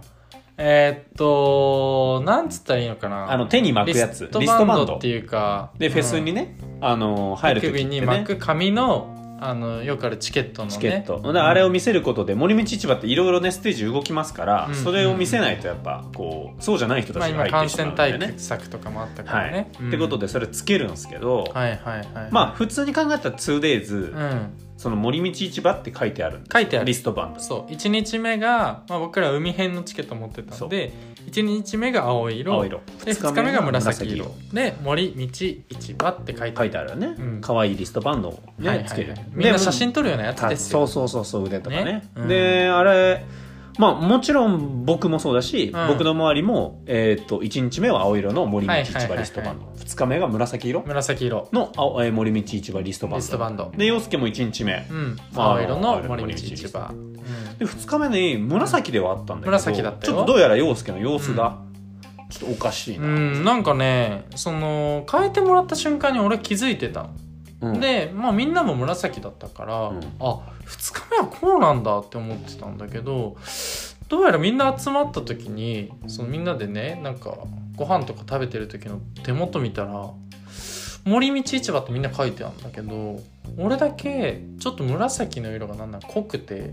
S1: えーっとなんつったらいいのかな
S2: あの手に巻
S1: リ
S2: くやつ
S1: ストバンドっていうか
S2: でフェスに
S1: ね
S2: ね、あの入る時っ
S1: 手首
S2: て、
S1: に
S2: ね、
S1: 巻く紙のあのよくあるチケットのね
S2: チケット、だからあれを見せることで森道市場っていろいろねステージ動きますから、
S1: うん
S2: それを見せないとやっぱこうそうじゃない人た
S1: まあ
S2: ちが
S1: 今
S2: 入っ
S1: 感
S2: てしまう
S1: 染
S2: んだよ
S1: 対
S2: ね、
S1: 策とかもあったか
S2: は
S1: ら
S2: い
S1: ね、うん
S2: ってことでそれつけるんですけど、
S1: はいはいはい
S2: まあ普通に考えたら 2days、
S1: うん
S2: その森道市場って書いてあるんです
S1: 書いてある
S2: リストバンド
S1: そう1日目が、まあ、僕ら海編のチケット持ってたんで1日目が青色
S2: 青色
S1: で2日目が紫色で森道市場って書いてあ
S2: 書
S1: る
S2: いてあるよね
S1: うん
S2: 可愛、いいリストバンドを、ね
S1: はいはいはい
S2: つける
S1: みん
S2: で
S1: な写真撮るようなやつです
S2: そ
S1: よ
S2: うそうそうそう腕とかね
S1: ねうん
S2: であれまあもちろん僕もそうだし、
S1: うん
S2: 僕の周りも、えー、と1日目は青色の森道市
S1: はいはいはいは
S2: 場
S1: い
S2: リストバンド、2日目が紫色
S1: 紫色
S2: の青、えー森道市場リストバンド
S1: リストバンド
S2: で陽介も1日目
S1: うん
S2: まあ
S1: 青色の
S2: 青色の
S1: 森道
S2: 森道
S1: 市場、うん
S2: で2日目に紫ではあったんだけど
S1: 紫だったよ
S2: ちょっとどうやら陽介の様子が、ちょっとおかしいうな、
S1: んなんかねその変えてもらった瞬間に俺気づいてた、
S2: うん
S1: でまあみんなも紫だったから、
S2: うん
S1: あ2日目はこうなんだって思ってたんだけどどうやらみんな集まった時にそのみんなでねなんかご飯とか食べてる時の手元見たら森道市場ってみんな書いてあるんだけど俺だけちょっと紫の色がなんなん濃くて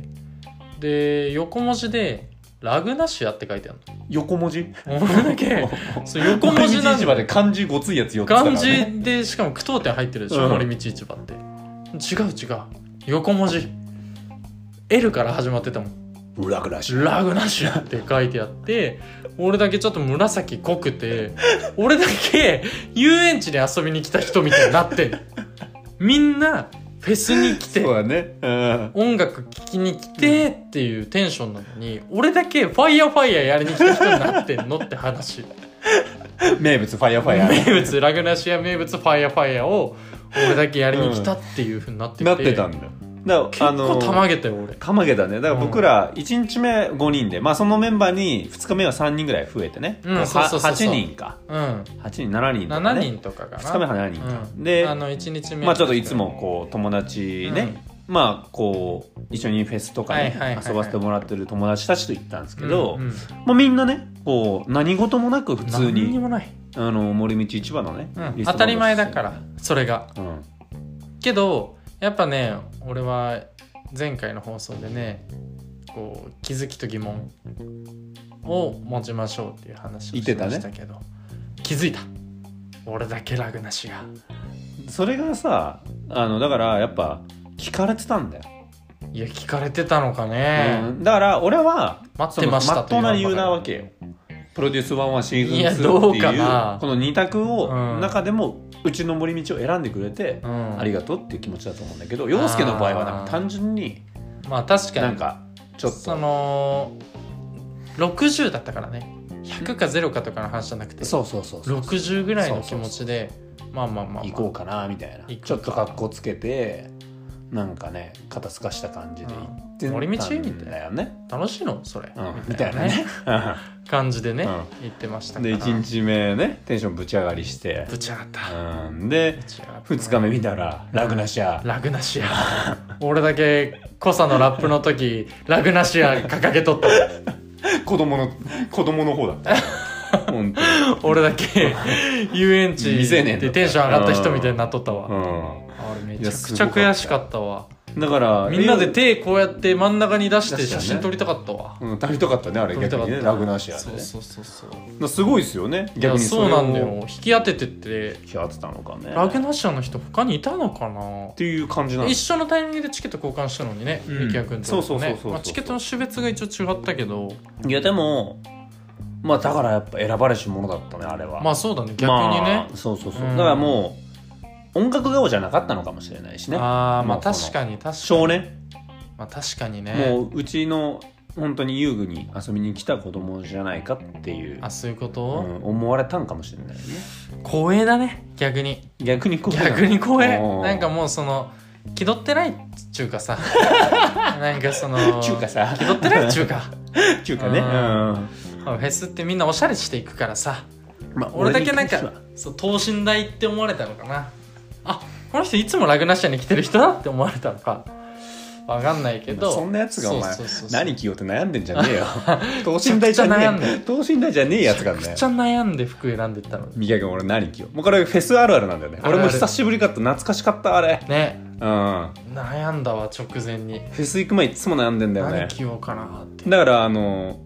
S1: で横文字で「ラグナシア」って書いてある
S2: 横文字
S1: の 俺だけそう横文字
S2: 森道
S1: なん
S2: 市
S1: だ
S2: 場で漢字ごついやつ4つだから、
S1: 漢
S2: ね、
S1: 字でしかも句読点入ってるでしょ、
S2: うん
S1: 森道市場って違う違う横文字 L から始まってたもん
S2: 裏ぐらいし
S1: ラグナシュって書いてあって俺だけちょっと紫濃くて俺だけ遊園地に遊びに来た人みたいになってんのみんなフェスに来て
S2: そうだねうん
S1: 音楽聴きに来てっていうテンションなのに俺だけファイヤーファイヤーやりに来た人になってんのって話
S2: 名物ファイヤーファイヤー
S1: 名物ラグナシア名物ファイヤーファイヤーを俺だけやりに来たっていうふうになってて、
S2: なってたんだよだ
S1: 結
S2: から
S1: 構たまげたよ俺
S2: たまげだねだから僕ら1日目5人で、まあそのメンバーに2日目は3人ぐらい増えてね、
S1: うん
S2: は
S1: そうそうそうそう
S2: 8人か
S1: うん
S2: 8人7人とか、ね、
S1: 7人とかかな
S2: 2日目は7人か、
S1: うん
S2: で
S1: あの1日目
S2: まあちょっといつもこう友達ね、まあこう一緒にフェスとかね、
S1: はいはいはいはい
S2: 遊ばせてもらってる友達たちと行ったんですけど、
S1: うんうん
S2: まあ、みんなねこう何事もなく普通
S1: 何に
S2: に
S1: もない、
S2: あの森道市場のね、
S1: うん
S2: リストバンド
S1: 当たり前だからそれが
S2: して、うん
S1: けどやっぱね俺は前回の放送でねこう気づきと疑問を持ちましょうっていう話を
S2: 言っ
S1: して
S2: た
S1: ま
S2: ね
S1: したけど気づいた俺だけラグなしが
S2: それがさあのだからやっぱ聞かれてたんだよ、
S1: いや聞かれてたのかね、
S2: うんだから俺は
S1: 待ってました
S2: そのまっとうな理由なわけよプロデュース1はシーズン
S1: いや
S2: 2
S1: ど
S2: っ
S1: う
S2: ていう
S1: かな
S2: この2択を
S1: うん
S2: 中でもうちの森道を選んでくれて、
S1: うん、
S2: ありがとうっていう気持ちだと思うんだけど洋介の場合はなんか単純に
S1: まあ確かに
S2: なんかちょっ
S1: そ
S2: と
S1: の60だったからね100か0かとかの話じゃなくて
S2: そうそうそうそう
S1: 60ぐらいの気持ちでまあまあまあ、まあ、
S2: 行こうかなみたいな
S1: 行こうか
S2: ちょっと格好つけてなんかね肩透かした感じで行って
S1: うん森道
S2: たんだよね、
S1: 楽しいのそれ、
S2: うん、みたいなね
S1: 感じでね、
S2: うん
S1: 言ってました
S2: うん
S1: から
S2: で1日目ねテンションぶち上がりして、
S1: ぶち上がった、
S2: うん、で
S1: ぶち上がった
S2: 2日目見たらラグナシア
S1: ラグナシ ア俺だけコサのラップの時ラグナシア掲げと った
S2: 子供の子供の方だ った本当に
S1: 俺だけ遊園地
S2: 未成年だった
S1: でテンション上がった人みたいになっとったわ、
S2: う
S1: あれめちゃくちゃ悔しかったわ
S2: んだから
S1: みんなで手こうやって真ん中に出して
S2: 出した
S1: 写
S2: ね
S1: 真撮りたかったわ、
S2: うん、足りたかったねあれ
S1: 撮り
S2: 逆
S1: たかっ
S2: に
S1: た
S2: ねラグナシアで、ね、
S1: そうそうそうそう
S2: なすごいですよね
S1: いや
S2: 逆に
S1: そうなんだよ
S2: を
S1: 引き当ててって
S2: 気合ってたのかね
S1: ラグ
S2: っ
S1: ナシアの人他にいたのかな
S2: ていう感じなんで
S1: 一
S2: す
S1: 緒のタイミングでチケット交換したのにね
S2: うん
S1: 三木屋君と
S2: そうそうそう
S1: ね
S2: そうそう
S1: まあチケットの種別が一応違ったけど
S2: いやでもまあだからやっぱ選ばれし者だったねあれは
S1: まあそうだね逆にね
S2: まあそうそうそう、
S1: うん
S2: だからもう音楽顔じゃなかったのかもしれないしね
S1: ああまあ
S2: もうその
S1: 確かに確かに
S2: 少年、
S1: まあ確かにね
S2: もううちの本当に遊具に遊びに来た子供じゃないかっていう
S1: あ、そういうこ
S2: う
S1: と
S2: ん、思われたんかもしれないね
S1: 光栄だね逆に
S2: 逆にこう
S1: 逆に光栄
S2: うん
S1: なんかもうその気取ってないっちゅうか さなんかその
S2: 中華さ
S1: 気取ってないっちゅうか
S2: 中華ね、
S1: う
S2: うんん、
S1: まあフェスってみんなおしゃれしていくからさ
S2: まあ
S1: 俺だけなん
S2: 俺に関して
S1: か
S2: は
S1: そう等身大って思われたのかなあこの人いつもラグナシアに来てる人だって思われたのかわかんないけど
S2: そんなやつがお前
S1: そうそうそうそう
S2: 何着ようって悩んでんじゃねえよ 等身大じゃ
S1: めちゃくち
S2: ね
S1: ゃ悩
S2: え等身大じゃねえやつが
S1: めちゃ
S2: ね
S1: くちゃ悩んで服選んでったのに
S2: 三宅君俺何着ようもうこれフェスあるあるなんだよね
S1: あるある
S2: 俺も久しぶりかった懐かしかったあれ
S1: ね
S2: うん
S1: 悩んだわ直前に、
S2: フェス行く前いつも悩んでんだよね
S1: 何着ようかなって
S2: だからあの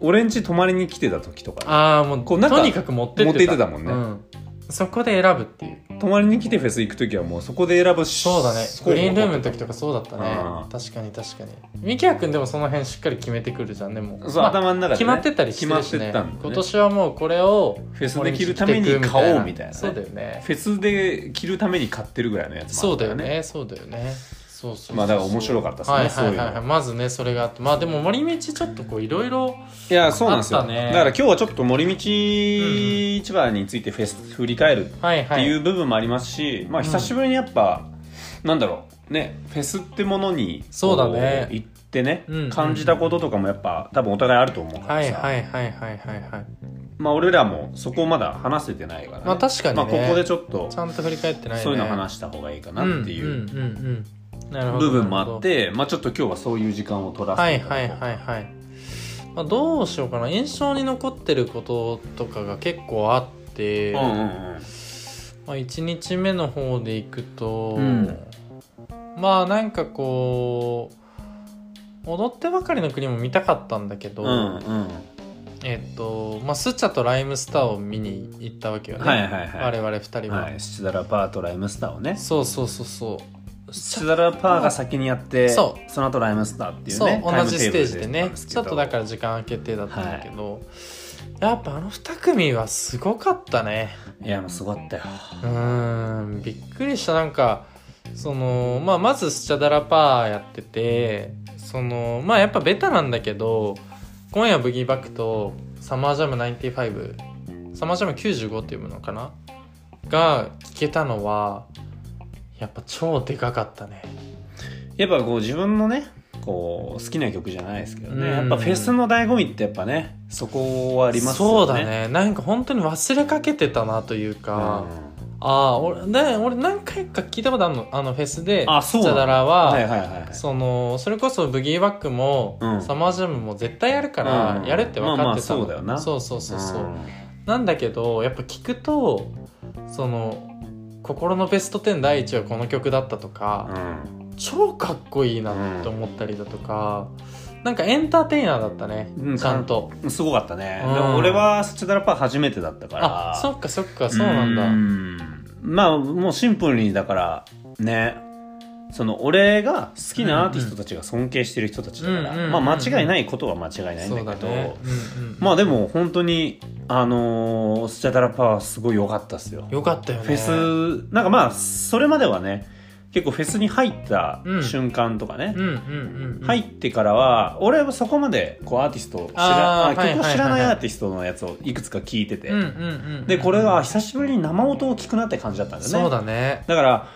S2: 俺ん家泊まりに来てた時とか
S1: ああもう
S2: こうなんか
S1: とにかく持ってってた
S2: 持って行ってたもんね
S1: うんそこで選ぶっていう
S2: 泊まりに来てフェス行く時はもうそこで選ぶし
S1: そうだね
S2: 候補
S1: グリーンルームの時とかそうだったね
S2: うん
S1: 確かに確かにミキヤ君でもその辺しっかり決めてくるじゃんねも
S2: そう、
S1: まあ
S2: 頭の中で、ね、
S1: 決まってたりしてるし
S2: 決ま
S1: ね
S2: ってたんだ、ね、
S1: 今年はもうこれを
S2: フェスで着るために買おうみたいなね
S1: そうだよね
S2: フェスで着るために買ってるぐらいのやつも
S1: そ
S2: あ
S1: う
S2: っ
S1: だ
S2: たか
S1: よ
S2: ら
S1: ねそうだよねそうそうそう
S2: まあだから面白かったですね
S1: はいはいはい
S2: そうい
S1: は
S2: う
S1: いまずねそれがあってまあでも森道ちょっとこういろいろ
S2: いやそうなんです
S1: あ
S2: よ、
S1: ったね
S2: だから今日はちょっと森道市場についてフェス振り返るっ
S1: はいは
S2: て
S1: い
S2: いう部分もありますし、まあ久しぶりにやっぱ、なんだろうねフェスってものにこ
S1: そうだね
S2: 行ってね、
S1: うん
S2: 感じたこととかもやっぱ多分お互いあると思うからさ、
S1: はいはいはいはいはいはい
S2: まあ俺らもそこまだ話せてないから、ね
S1: まあ確かにね
S2: まあ、ここでちょっと
S1: ちゃんと振り返ってないね
S2: そういうの話した方がいいかなっていう。
S1: んうんうんうんなるほど
S2: 部分もあって、まあ、ちょっと今日はそういう時間を取らせ
S1: は
S2: て
S1: いはいはいはい、まあ、どうしようかな印象に残ってることとかが結構あって、
S2: うんうんうん
S1: まあ、1日目の方でいくと、
S2: うん
S1: まあなんかこう踊ってばかりの国も見たかったんだけど、
S2: うんうん
S1: えっとまあ、スチャとライムスターを見に行ったわけよね、
S2: はいはいはい
S1: 我々2人は、
S2: はいシュダラパーとライムスターをね
S1: そうそうそうそう
S2: シュダラパーが先にやって
S1: そ
S2: その後ライムスターっていう
S1: そう
S2: ね
S1: 同じステージで
S2: タイ
S1: ね
S2: ムテ
S1: ちょっとだからら時間空けてだったんだけど、やっぱあの2組はすごかったね
S2: いやもうすごかったよ
S1: うーんびっくりしたなんかその、まあ、まずスチャダラパーやっててそのまあやっぱベタなんだけど今夜ブギーバックとサマージャム95サマージャム95っていうものかなが聞けたのはやっぱ超でかかったね
S2: やっぱこう自分のねこう好きな曲じゃないですけどね、
S1: うん
S2: やっぱフェスの醍醐味ってやっぱねそこはありますよ
S1: そ
S2: ね
S1: うだねなんか本当に忘れかけてたなというか、
S2: う
S1: ああ俺ね俺何回か聞いたことあるのあのフェスで
S2: あそう
S1: ス
S2: な
S1: チ
S2: の
S1: ャダラ
S2: ん
S1: は、
S2: はいはいはい
S1: そのそれこそブギーバックも、
S2: うん
S1: サマージャムも絶対やるか
S2: う
S1: ら
S2: ん
S1: やるって分
S2: ま
S1: か
S2: あ
S1: っ
S2: まあ
S1: てたの、
S2: そうだよな
S1: そうそうそうそう、
S2: ん
S1: なんだけどやっぱ聞くとその心のベスト10第1位はこの曲だったと
S2: う
S1: か、
S2: ん
S1: 超かっこいいなって思ったりだとか、なんかエンターテイナーだったね、
S2: うん
S1: ちゃんと
S2: すごかったね、
S1: うん
S2: でも俺はスチュダラパー初めてだったから
S1: あそっかそっかそうなんだ
S2: だまあもうシンプルにだからねその俺が好きなアーティストたちが尊敬してる人たちだから、
S1: うんうん
S2: まあ間違いないことは間違いない
S1: そうん
S2: だ
S1: だ
S2: けど
S1: ね、うんうん
S2: まあでも本当にあのースチャダラパワーすごい良かったっすよ
S1: よかったよね
S2: フェスなんかまあそれまではね結構フェスに入った瞬間とかね、
S1: うんうんうん
S2: 入ってからは俺はそこまでこうアーティストを知ら
S1: あー
S2: あ曲を知らな
S1: はいはいはい
S2: い
S1: は
S2: ア
S1: い
S2: ーティストのやつをいくつか聞いてて、
S1: うんうんうんうん
S2: でこれが久しぶりに生音を聞くなって感じだったんだよね
S1: そうだね
S2: だから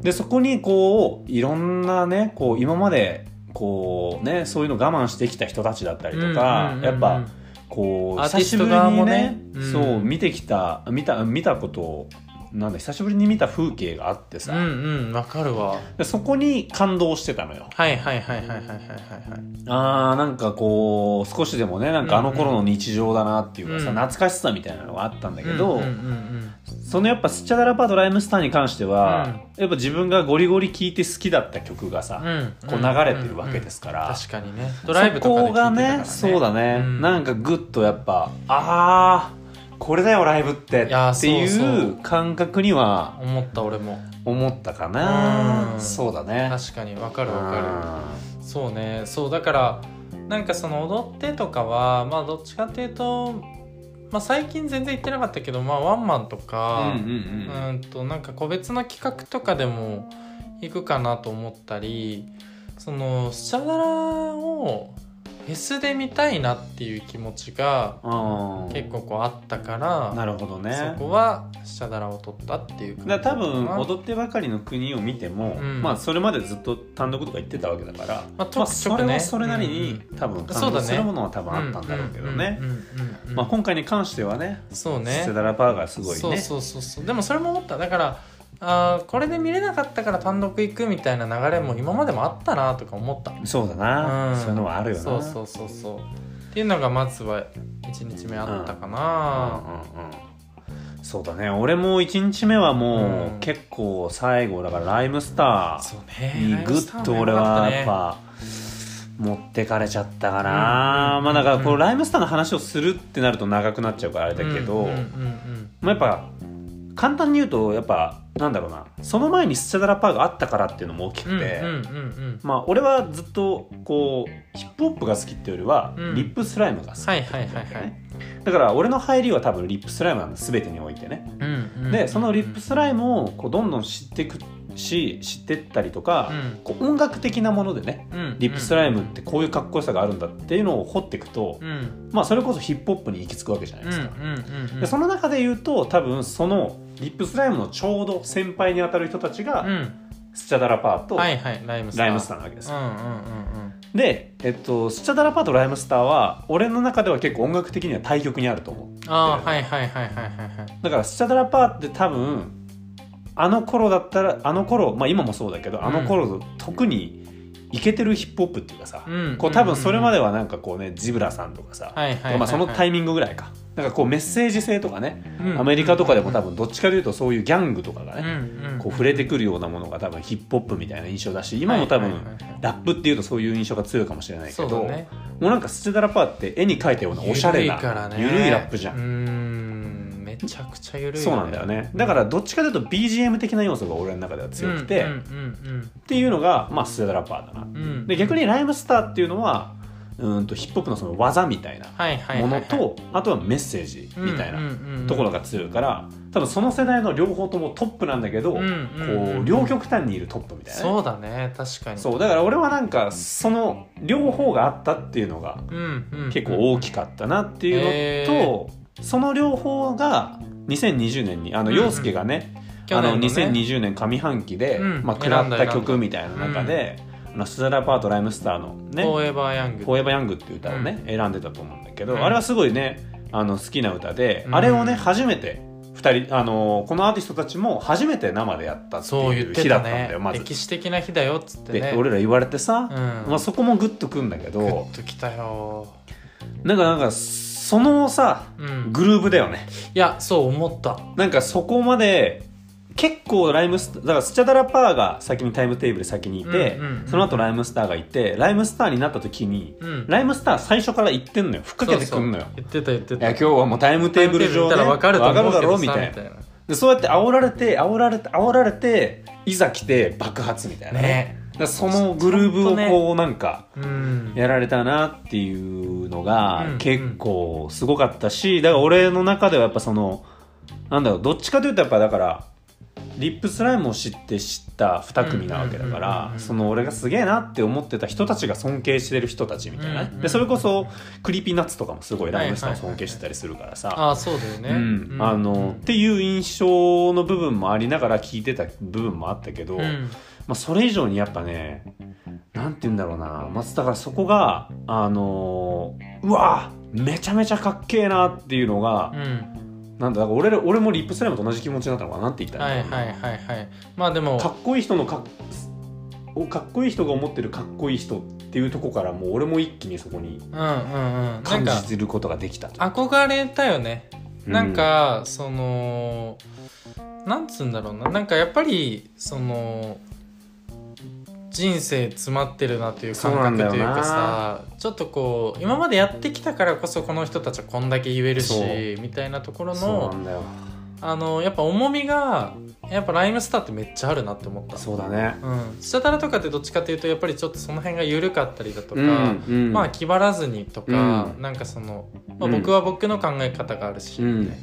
S2: でそこにこういろんなねこう今までこうねそういうの我慢してきた人たちだったりとか、
S1: うんうんうんうん
S2: やっぱこう
S1: アーティ
S2: 久し
S1: スト
S2: ぶり
S1: 側
S2: に
S1: も
S2: ね
S1: ね
S2: そううん見てきた見た見たことをなんだ久しぶりに見た風景があってさ、
S1: うんうんわかるわ
S2: でそこに感動してたのよ
S1: はいはいはいはいはいはいはいはい
S2: あーなんかこう少しでもねなんかあの頃の日常だなっていうかさ、
S1: うん
S2: 懐かしさみたいなのがあったんだけ
S1: う
S2: ど、
S1: んうんうん
S2: そのやっぱスチャダラパドライムスターに関しては、やっぱ自分がゴリゴリ聴いて好きだった曲がさ、
S1: うん
S2: こう流れてるわけですすから、
S1: 確かにねドライブとか
S2: そ
S1: で聞い
S2: こ
S1: てたか
S2: が
S1: らね
S2: ねそうだね、
S1: うん
S2: なんかグッとやっぱあーこれだよライブって
S1: いやー
S2: ってい
S1: そうそう
S2: う感覚には
S1: 思った俺も
S2: 思ったかな、
S1: うん
S2: そうだね
S1: 確かにわかるわかるそうねそうだからなんかその踊ってとかはまあどっちかっていうとまあ最近全然行ってなかったけどまあワンマンとか
S2: うんうんうん
S1: うんとなんか個別の企画とかでも行くかなと思ったりそのスチャダラをフェスで見たいなっていう気持ちが
S2: あー
S1: 結構こうあったから、
S2: なるほどね
S1: そこはスチャダラを取ったっていう感じ
S2: だから多分
S1: かな
S2: 踊ってばかりの国を見ても、
S1: うん
S2: まあそれまでずっと単独とか行ってたわけだから、
S1: まあち
S2: ま
S1: ょ
S2: あ、
S1: くち
S2: そ
S1: ょく
S2: れ
S1: ね
S2: はそれなりに多分感動するものは多分あったんだろうけどね
S1: うんうんうんうんうん
S2: まあ今回に関してはね
S1: そうね
S2: セダラパーがすごいね
S1: そうそうそうそうでもそれも思っただからあーこれで見れなかったから単独行くみたいな流れも今までもあったなとか思った
S2: そうだな、
S1: うん
S2: そういうのはあるよな
S1: そうそうそうそうっていうのがまずは1日目あったか
S2: うん
S1: な、
S2: うんうんそうだね俺も1日目はもう、
S1: うん
S2: 結構最後だからライムスタ
S1: そう
S2: ーに
S1: ね
S2: グッと俺はやっ
S1: っ
S2: ぱ持ってかれちゃったかな、
S1: うん
S2: まあだからこ
S1: う
S2: の
S1: ん
S2: ライムスターの話をするってなると長くなっちゃうからあれだけど、
S1: うんうんうん
S2: まあやっぱ簡単に言うとやっぱなんだろうなその前にスチャダラパーがあったからっていうのも大き
S1: うん
S2: くて、
S1: うんうんうんうん
S2: まあ俺はずっとこうヒップホップが好きっていうよりは、
S1: うん
S2: リップスライムが好き、
S1: はいはいはいはい、
S2: だから俺の入りは多分リップスライムなんだ全てにおいてね、
S1: うんうん、
S2: でそのリップスライムをこうどんどん知ってくし知ってったりとか、
S1: うん
S2: こう音楽的なものでね
S1: うん
S2: リップスライムってこういうかっこよさがあるんだっていうのを掘っていくと、
S1: うん
S2: まあそれこそヒップホップに行き着くわけじゃない
S1: うんう
S2: ですか、
S1: んうん
S2: でその中で言うと多分そのリップスライムのちょうど先輩に当たる人たちが、
S1: うん
S2: スチャダラパーと
S1: はいはいライムスター
S2: ライムスターなわけですよ、
S1: うんうんうんうん
S2: で、えっと、スチャダラパーとライムスターは俺の中では結構音楽的には対極にあると思う
S1: ああはいはいはいはいはいはい
S2: だからスチャダラパーって多分あの頃だったらあの頃まあ今もそうだけどあの頃、特にイケてるヒップホップっていうかさ、
S1: うん
S2: こう多分それま
S1: で
S2: ではなんかこうねジブラさんとかさ、
S1: はいはいはいはい
S2: まあ、そのタイミングぐらいかなんかこうメッセージ性とかね、
S1: うん
S2: アメリカとかでも多分どっちかというとそういうギャングとかが
S1: うんう
S2: ね、
S1: ん
S2: こう触れてくるようなものが多分ヒップホップみたいな印象だし今も多分、
S1: はいはいはいはい
S2: ラップっていうとそういう印象が強いかもしれないけ
S1: そ
S2: ど
S1: うだね
S2: もうなんかスチュダラパーって絵に描いたようなおしゃれな
S1: 緩いからね
S2: 緩いラップじゃ、
S1: うんーんめちゃくちゃゆるい
S2: そうなんだよねだからどっちかというと BGM 的な要素が俺の中では強くて、
S1: うんう
S2: っ
S1: ん
S2: ていうのがまあスチュダラパーだな
S1: うんうん
S2: で逆にライムスターっていうのはうーんとヒップホップのその技みたいな
S1: はいはいはい
S2: も
S1: は
S2: の
S1: い
S2: と、あとはメッセージみたいなところが強いから、多分その世代の両方ともトップなんだけど、
S1: うんうんうん
S2: こう両極端にいるトップみたいなね、
S1: そうだね確かに
S2: そうだから俺はなんかその両方があったっていうのが
S1: うんうん
S2: 結構大きかったなっていうのと、その両方が2020年にあの
S1: うんうん
S2: 陽介がね,、
S1: 去
S2: あ
S1: 年
S2: の
S1: のね
S2: 2020年上半期で、
S1: うん
S2: まあ、
S1: 選
S2: 食
S1: んだ
S2: らった曲みたいな中で、あのスザラパートライムスターのね
S1: フォーエバーヤング
S2: フォーエバーヤングっていう歌をね、選んでたと思うんだけど、
S1: うん
S2: あれはすごいねあの好きな歌で、
S1: うん
S2: あれをね初めて2人あのこのアーティストたちも初めて生でやったって
S1: そう言
S2: い
S1: っ
S2: う
S1: て
S2: 日だ
S1: た
S2: ったんだよ、
S1: ね
S2: まず。
S1: 歴史的な日だよっつって
S2: で
S1: ね
S2: 俺ら言われてさ、
S1: うん
S2: まあ、そこもグッとくんだけ
S1: グ
S2: ど
S1: ッときたよ
S2: なんかなんかそのさ
S1: うん
S2: グルーブだよね
S1: いやそう思った
S2: なんかそこまで結構ライムスターだからスチャダラパーが先にタイムテーブル先にいて、
S1: うんうんうん
S2: その後ライムスターがいてライムスターになった時に、
S1: うん
S2: ライムスター最初から言ってんのよふっかけてくんのよ
S1: そうそう言ってた言って
S2: いや
S1: た
S2: 今日はもうタイムテーブル上
S1: タイムテーブル見たら分かると思うけど
S2: 分かるだろう
S1: さ
S2: みたい
S1: みた
S2: ない
S1: な
S2: でそうやって煽られて煽られて煽られていざ来て爆発みたいな
S1: ね
S2: だからそのグルーブをこうなんか
S1: うん
S2: やられたなっていうのが
S1: うん
S2: 結構すごかったしだから俺の中ではやっぱそのなんだろうどっちかというとやっぱだからリップスライムを知って知った2組なわけだか
S1: うんうんうんうんう
S2: ら
S1: ん
S2: その俺がすげえなって思ってた人たちが尊敬してる人たちみたいなね
S1: うんうん
S2: でそれこそクリーピーナッツとかもすごいライムスターを
S1: はいはいはい
S2: 尊敬してたりするからさ
S1: ああそうだよね
S2: うんあのっていう印象の部分もありながら聞いてた部分もあったけど、
S1: うん
S2: まあ、それ以上にやっぱねなんて言うんだろうなまずだからそこがあのーうわめちゃめちゃかっけえなっていうのが
S1: う、ん
S2: なんだだから俺ら俺もリップスライムと同じ気持ちになったのかななんて言ったら
S1: はい
S2: い
S1: はい
S2: のかな
S1: はいはいまあでも
S2: かっこいい人のかっおかっこいい人が思ってるかっこいい人っていうとこからもう俺も一気にそこに
S1: うんうんうんなん
S2: 感
S1: か
S2: じることができたと
S1: 憧れたよね
S2: う
S1: なんか、そのなんつうんだろうななんかやっぱりその人生詰まってるなという感
S2: そうなんだ
S1: 覚
S2: よ
S1: と
S2: な
S1: いうかさちょっとこう今までやってきたからこそこの人たちはこんだけ言える
S2: そ
S1: し
S2: う
S1: みたいなところ
S2: そう
S1: の
S2: なんだよ
S1: あのやっぱ重みがやっぱライムスターってめっちゃあるなって思った。
S2: そうだね
S1: うん、スチャダラとかってどっちかというとやっぱりちょっとその辺が緩かったりだとか、
S2: うんうん
S1: まあ気張らずにとか、
S2: うん
S1: なんかその、まあ、
S2: うん
S1: 僕は僕の考え方があるし、
S2: うん
S1: みたい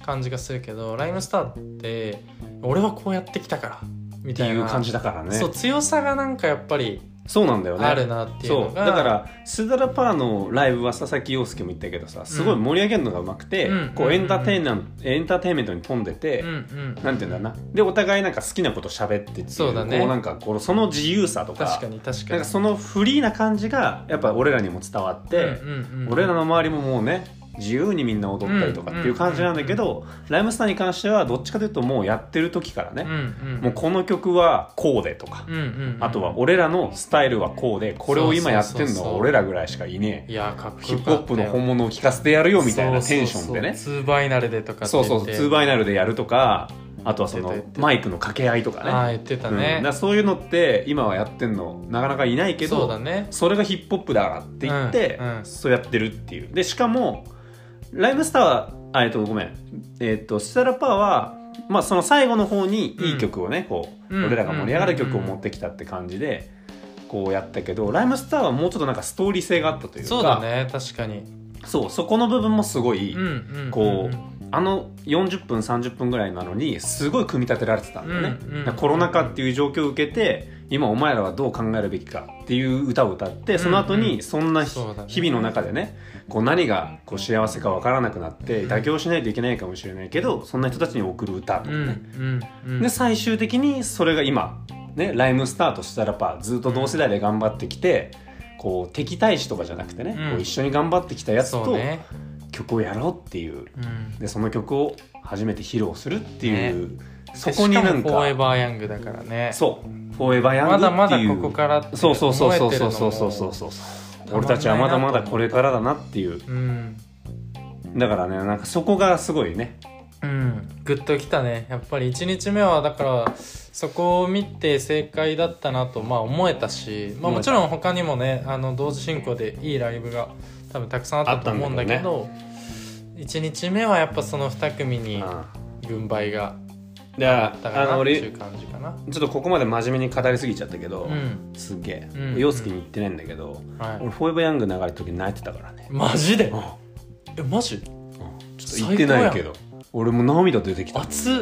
S1: な感じがするけどライムスターって俺はこうやってきたからみ
S2: って
S1: たい
S2: い
S1: な
S2: う感じだからね
S1: そう強さがなんかやっぱり
S2: そうなんだよね
S1: あるなっていう
S2: そ
S1: の
S2: う
S1: が
S2: だからスダラパーのライブは佐々木陽介も言ったけどさすごい盛り上げるのがうまくて、
S1: うん
S2: こ
S1: うん
S2: うエンターテイナンエンターテインメントに富んでて、
S1: うんうん、
S2: なんていうんだろうなでお互いなんか好きなこと喋ってっていう
S1: そうだね
S2: こうなんかこのその自由さとか
S1: 確かに確かに
S2: なんかそのフリーな感じがやっぱ俺らにも伝わって、
S1: うんうんうん
S2: 俺らの周りももうね自由にみんな踊ったりとかっていう感じなんだけど、ライムスターに関してはどっちかというともうやってる時から
S1: うん
S2: ね、
S1: うん
S2: もうこの曲はこうでとか、
S1: うんうんうん
S2: あとは俺らのスタイルはこうでこれを今やって
S1: そうそう
S2: んの
S1: そう
S2: は
S1: そう
S2: 俺らぐらいしかいねえ
S1: いやかっこよかった
S2: ヒ
S1: よ
S2: ップホップの本物を聴かせてやるよみたいなテンションで
S1: そ
S2: ね
S1: うそうそうツーバイナルでとかって言
S2: そう
S1: って
S2: そうそう2バイナルでやるとかあとはそ
S1: 言っ
S2: の
S1: てた言ってた
S2: マイクの掛け合いとかね
S1: ああ言ってた
S2: うん
S1: ね
S2: だか、らそういうのって今はやってんのなかなかいないけど
S1: そうだね
S2: それがヒップホップだからって言って、
S1: うんうん
S2: そうやってるっていうでしかもライムスターはあえっとごめんえっとシタラパーはまあその最後の方にいい曲をね、こう
S1: うん
S2: 俺らが盛り上がる曲を持ってきたって感じでこうやったけどライムスターはもうちょっとなんかストーリー性があったというか
S1: そうだね確かに
S2: そうそこの部分もすごい、
S1: うんうんうん
S2: こうあの40分30分ぐらいなのにすごい組み立てられてたんだよね、
S1: うんうん
S2: だからコロナ禍っていう状況を受けて今お前らはどう考えるべきかっていう歌を歌ってその後にそんなひ
S1: そうだね
S2: 日々の中でねこう何がこう幸せか分からなくなって妥協しないといけないかもしれないけどそんな人たちに送る歌
S1: う
S2: とか
S1: ん
S2: ね、
S1: うんうん
S2: で最終的にそれが今、ね、ライムスターとしたらパーずっと同世代で頑張ってきてこう敵対視とかじゃなくてね、
S1: うん
S2: こう一緒に頑張ってきたやつ
S1: そう
S2: と
S1: ね、
S2: 曲をやろうっていう
S1: うん、
S2: でその曲を初めて披露するっていう、そ
S1: そ
S2: こ
S1: こに
S2: にな
S1: なんん
S2: か
S1: かフォーエバーヤングだからね
S2: そうフォーエバーヤング
S1: まだま
S2: って
S1: だ
S2: いう
S1: ここからって
S2: そうそうそうそう
S1: 思えてる
S2: そ
S1: のも
S2: うそうそうそうそう俺たちはまだまだこれからだなっていう
S1: うん
S2: だからねなんかそこがすごいね
S1: うんグッときたねやっぱり1日目はだからそこを見て正解だったなとまあ思えたし、まあ、もちろん他にもねあの同時進行でいいライブが多分たくさんあったと思うんだけど1日目はやっぱその2組に
S2: あ
S1: 軍配が
S2: あだ
S1: あった
S2: から
S1: かなっ
S2: あの
S1: て
S2: 俺
S1: い
S2: ちょ
S1: う感じかな
S2: っとここまで真面目に語りすぎちゃったけど、
S1: うん
S2: すっげ
S1: うん
S2: え洋介に言ってないんだけど、
S1: は
S2: 俺フォーエバーヤング流れた時泣いてたからね
S1: いマジで
S2: あ
S1: えマジ
S2: ちょっと言ってないけど俺もう涙出てきた
S1: 熱っ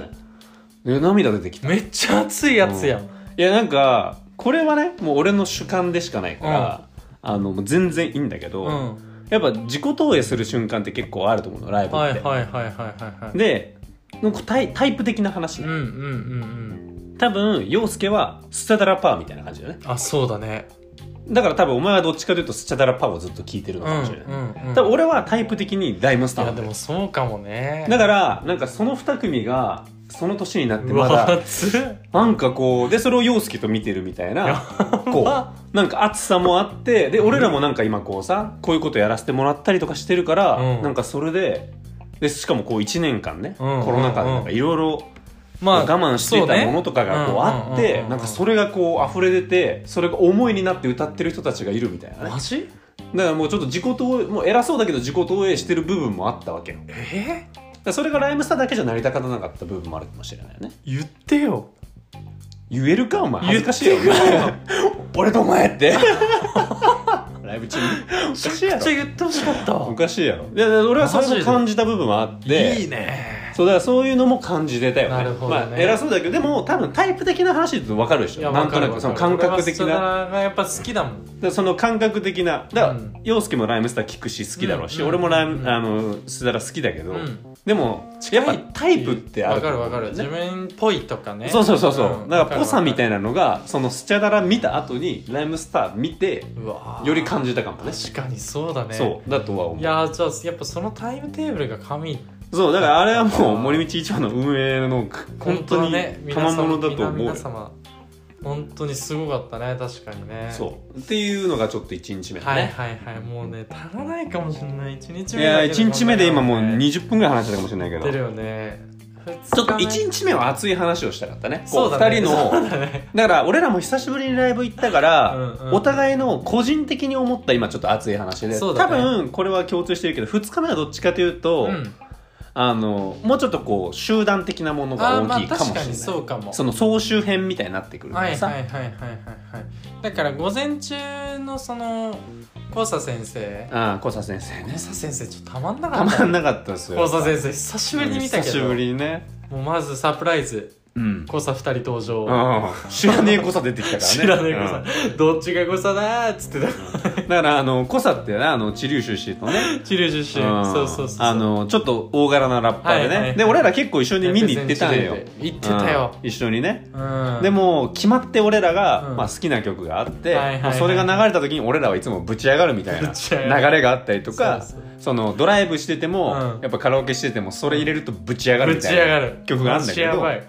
S2: え涙出てきた
S1: めっちゃ熱いやつやん、
S2: いやなんかこれはねもう俺の主観でしかないから、あのもう全然いいんだけど、
S1: うん、
S2: やっぱ自己投影する瞬間って結構あると思うのライブって、
S1: はいはいはいはいはいはい
S2: でなんかタイタイプ的な話
S1: うん
S2: ね、
S1: うんうん
S2: 多分陽介はスチャダラパーみたいな感じだね
S1: うんあそうだね
S2: だから多分お前はどっちかというとスチャダラパーをずっと聞いてる
S1: う
S2: の
S1: ん
S2: かもしれない、
S1: うんうん
S2: 多分俺はタイプ的にライムス
S1: い
S2: ターな
S1: や
S2: ん
S1: で
S2: だよ
S1: もそうかもね
S2: だからなんかその2組がその年になって
S1: う
S2: ま
S1: わ
S2: だ
S1: 熱っ
S2: なんかこうでそれを陽介と見てるみたいなこうなんか熱さもあってで俺らもなんか今こうさこういうことやらせてもらったりとかしてるから、
S1: うん
S2: なんかそれででしかもこう1年間ね、
S1: うん
S2: コロナ禍でなんかいろいろ
S1: ま
S2: 我慢してたもの
S1: と
S2: とかがこ
S1: そう
S2: う
S1: ね
S2: あって、
S1: うんうんうんうん
S2: なんかそれがこう溢れ出てそれが思いになって歌ってる人たちがいるみたいなね
S1: マジ
S2: だからもうちょっと自己投影もう偉そうだけど自己投影してる部分もあったわけよだか
S1: え
S2: らそれがライムスターだけじゃ成り立たなかった部分もあるかもしれないよね
S1: 言ってよ
S2: 言えるかお前恥ずかしいよ
S1: 言ってくれよ
S2: 俺とお前 ってライブ中におか
S1: めちゃ
S2: しいや
S1: くちゃ
S2: ろ
S1: 言ってほしかっ
S2: お
S1: た
S2: かしいやろいやだから俺はそ
S1: マジ
S2: れ
S1: で
S2: も感じた部分はあって
S1: いいね
S2: そうだからそういうのも感じてたよね
S1: なるほどね
S2: まあ、偉そうだけどでも多分タイプ的な話って分かるでし
S1: いや
S2: ょなんとな
S1: わ
S2: くそ
S1: かる
S2: の
S1: わかる
S2: 感覚的
S1: 俺
S2: な
S1: は菅田がやっぱ好きだもん
S2: でその感覚的なだから、
S1: うん
S2: 陽介もライムスター聞くし好きだろうし、
S1: うんうん
S2: 俺もライム、
S1: うん
S2: あのスダラ好きだけど、
S1: うん
S2: でもやっぱタイプってあ
S1: わ
S2: る
S1: かるわかる
S2: ね
S1: 自分っぽいとかね
S2: そうそうそうそう、
S1: ん
S2: だからぽさみた
S1: わ
S2: いなのがそのスチャダラ見た後にライムスター見て
S1: かるわかるうわー
S2: より感じたかもね
S1: 確かにそうだね
S2: そうだとは
S1: い
S2: 思
S1: うやーじゃあやっぱそのタイムテーブルが神
S2: そうだからあれはもう森道一番の運営の本当に賜物だと思うよ
S1: 皆様本当にすごかったね確かにね
S2: そうっていうのがちょっと1日目だ
S1: はい
S2: ね、
S1: はいはいもうね足らないかもしれない1日
S2: い
S1: 目
S2: や
S1: だけ
S2: 1日目で今もう
S1: ね
S2: 20分ぐらい話してたかもしれないけ
S1: やって
S2: ど
S1: る
S2: ち
S1: よね
S2: ょっと
S1: 二日目
S2: 1日目は熱い話をしたかったね
S1: そうだね
S2: 2人の
S1: そうだね
S2: だから俺らも久しぶりにライブ行ったから
S1: うんうん
S2: お互いの個人的に思った今ちょっと熱い話で、
S1: そ
S2: 多
S1: うだね
S2: 分これは共通してるけど2日目はどっちかというと、
S1: うん
S2: あのもうちょっとこう集団的なもの
S1: あ
S2: が
S1: ーま
S2: 大き
S1: あ
S2: いかもし
S1: 確
S2: れな
S1: か
S2: い、
S1: に
S2: そ
S1: そうかも
S2: の総集編みたいになってくるか
S1: はい
S2: ら
S1: はい
S2: さ、
S1: はいはいはいはいだから午前中のその黄砂先生
S2: ああ小佐先生
S1: 黄
S2: ね
S1: 砂先生ちょっとたまんなか
S2: た
S1: った
S2: まんなかったですよ
S1: 黄砂先生久しぶりに見たけ
S2: 久しぶ
S1: ど
S2: りにね
S1: もうまずサプライズ
S2: うん
S1: 誤差2人登場、
S2: うん知らねえ小佐出てきたからね
S1: 知らねえ誤
S2: う
S1: 差
S2: ん、
S1: どっちが誤差だーっつってた
S2: だからあの小佐ってなあの知立出身のね
S1: 知流出身
S2: うん
S1: そうそうそう
S2: あのちょっと大柄なラッパーでね、
S1: はいはいはい
S2: で俺ら結構一緒に見に行ってたんよ
S1: 行ってたよ
S2: う、ん一緒にね
S1: うん、
S2: でも決まって俺らが、
S1: うん
S2: まあ、好きな曲があって、
S1: はいはいはい
S2: まあそれが流れた時に俺らはいつもぶち上がるみたい
S1: ぶ
S2: な流
S1: ち上がる
S2: れがあったりとか
S1: そ
S2: そう
S1: そう
S2: のドライブしてても、
S1: うん
S2: やっぱカラオケしててもそれ入れるとぶち上がる
S1: ぶ
S2: み
S1: ち
S2: た
S1: 上が
S2: い
S1: る
S2: な曲があるんだけ
S1: ぶちや
S2: ど、
S1: ばい